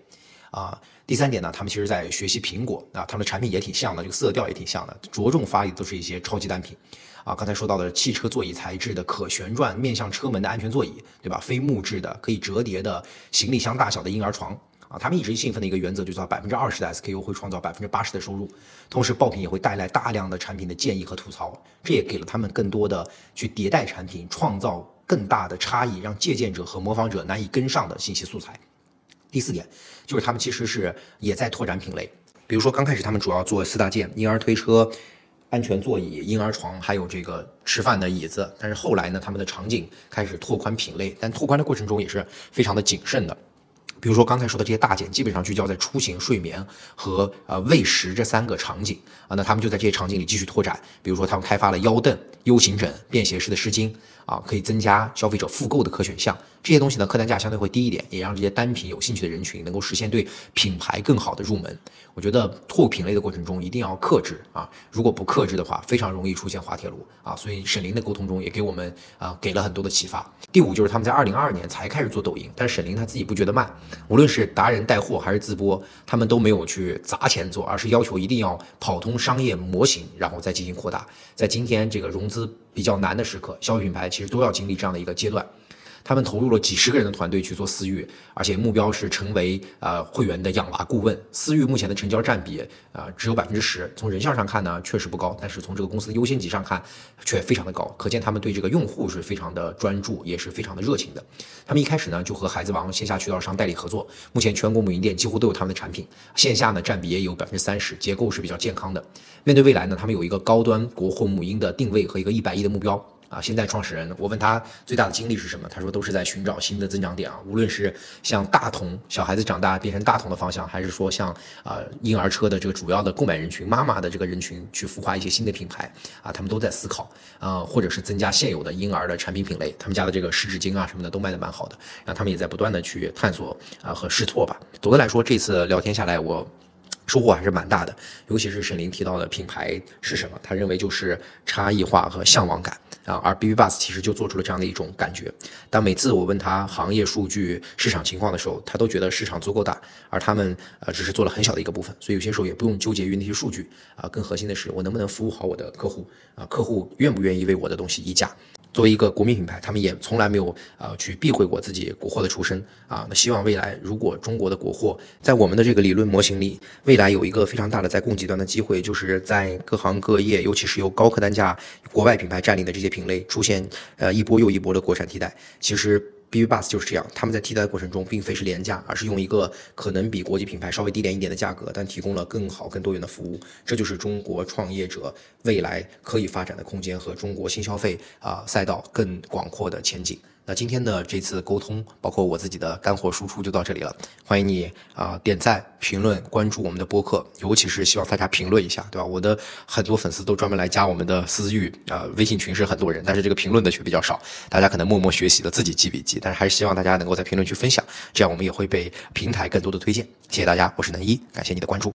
啊，第三点呢，他们其实在学习苹果啊，他们的产品也挺像的，这个色调也挺像的，着重发力都是一些超级单品。啊，刚才说到的汽车座椅材质的可旋转面向车门的安全座椅，对吧？非木质的可以折叠的行李箱大小的婴儿床。啊，他们一直信奉的一个原则就是到百分之二十的 SKU 会创造百分之八十的收入，同时爆品也会带来大量的产品的建议和吐槽，这也给了他们更多的去迭代产品、创造更大的差异，让借鉴者和模仿者难以跟上的信息素材。第四点就是他们其实是也在拓展品类，比如说刚开始他们主要做四大件：婴儿推车、安全座椅、婴儿床，还有这个吃饭的椅子。但是后来呢，他们的场景开始拓宽品类，但拓宽的过程中也是非常的谨慎的。比如说刚才说的这些大件，基本上聚焦在出行、睡眠和呃喂食这三个场景啊。那他们就在这些场景里继续拓展，比如说他们开发了腰凳、U 型枕、便携式的湿巾啊，可以增加消费者复购的可选项。这些东西呢，客单价相对会低一点，也让这些单品有兴趣的人群能够实现对品牌更好的入门。我觉得拓品类的过程中一定要克制啊，如果不克制的话，非常容易出现滑铁卢啊。所以沈凌的沟通中也给我们啊给了很多的启发。第五就是他们在二零二二年才开始做抖音，但是沈凌他自己不觉得慢，无论是达人带货还是自播，他们都没有去砸钱做，而是要求一定要跑通商业模型，然后再进行扩大。在今天这个融资比较难的时刻，消费品牌其实都要经历这样的一个阶段。他们投入了几十个人的团队去做私域，而且目标是成为呃会员的养娃顾问。私域目前的成交占比啊、呃只有百分之十，从人效上看呢确实不高，但是从这个公司的优先级上看却非常的高，可见他们对这个用户是非常的专注，也是非常的热情的。他们一开始呢就和孩子王线下渠道商代理合作，目前全国母婴店几乎都有他们的产品，线下呢占比也有百分之三十，结构是比较健康的。面对未来呢，他们有一个高端国货母婴的定位和一个一百亿的目标。啊，现在创始人，我问他最大的经历是什么，他说都是在寻找新的增长点啊，无论是像大童小孩子长大变成大童的方向，还是说像啊、呃婴儿车的这个主要的购买人群，妈妈的这个人群去孵化一些新的品牌啊，他们都在思考啊、或者是增加现有的婴儿的产品品类，他们家的这个湿纸巾啊什么的都卖的蛮好的，然后他们也在不断的去探索啊和试错吧。总的来说，这次聊天下来，我收获还是蛮大的，尤其是沈凌提到的品牌是什么，他认为就是差异化和向往感啊，而 BB Bus 其实就做出了这样的一种感觉。但每次我问他行业数据、市场情况的时候，他都觉得市场足够大，而他们呃只是做了很小的一个部分，所以有些时候也不用纠结于那些数据啊，更核心的是我能不能服务好我的客户啊，客户愿不愿意为我的东西议价。作为一个国民品牌，他们也从来没有呃去避讳过自己国货的出身啊。那希望未来，如果中国的国货在我们的这个理论模型里，未来有一个非常大的在供给端的机会，就是在各行各业，尤其是由高客单价国外品牌占领的这些品类，出现呃一波又一波的国产替代。其实。 BB Bus 就是这样，他们在替代的过程中并非是廉价，而是用一个可能比国际品牌稍微低廉一点的价格，但提供了更好、更多元的服务。这就是中国创业者未来可以发展的空间和中国新消费啊、赛道更广阔的前景。那今天的这次沟通，包括我自己的干货输出就到这里了。欢迎你啊、点赞、评论、关注我们的播客，尤其是希望大家评论一下，对吧？我的很多粉丝都专门来加我们的私域啊、微信群是很多人，但是这个评论的却比较少，大家可能默默学习的自己记笔记，但是还是希望大家能够在评论区分享，这样我们也会被平台更多的推荐。谢谢大家，我是能一，感谢你的关注。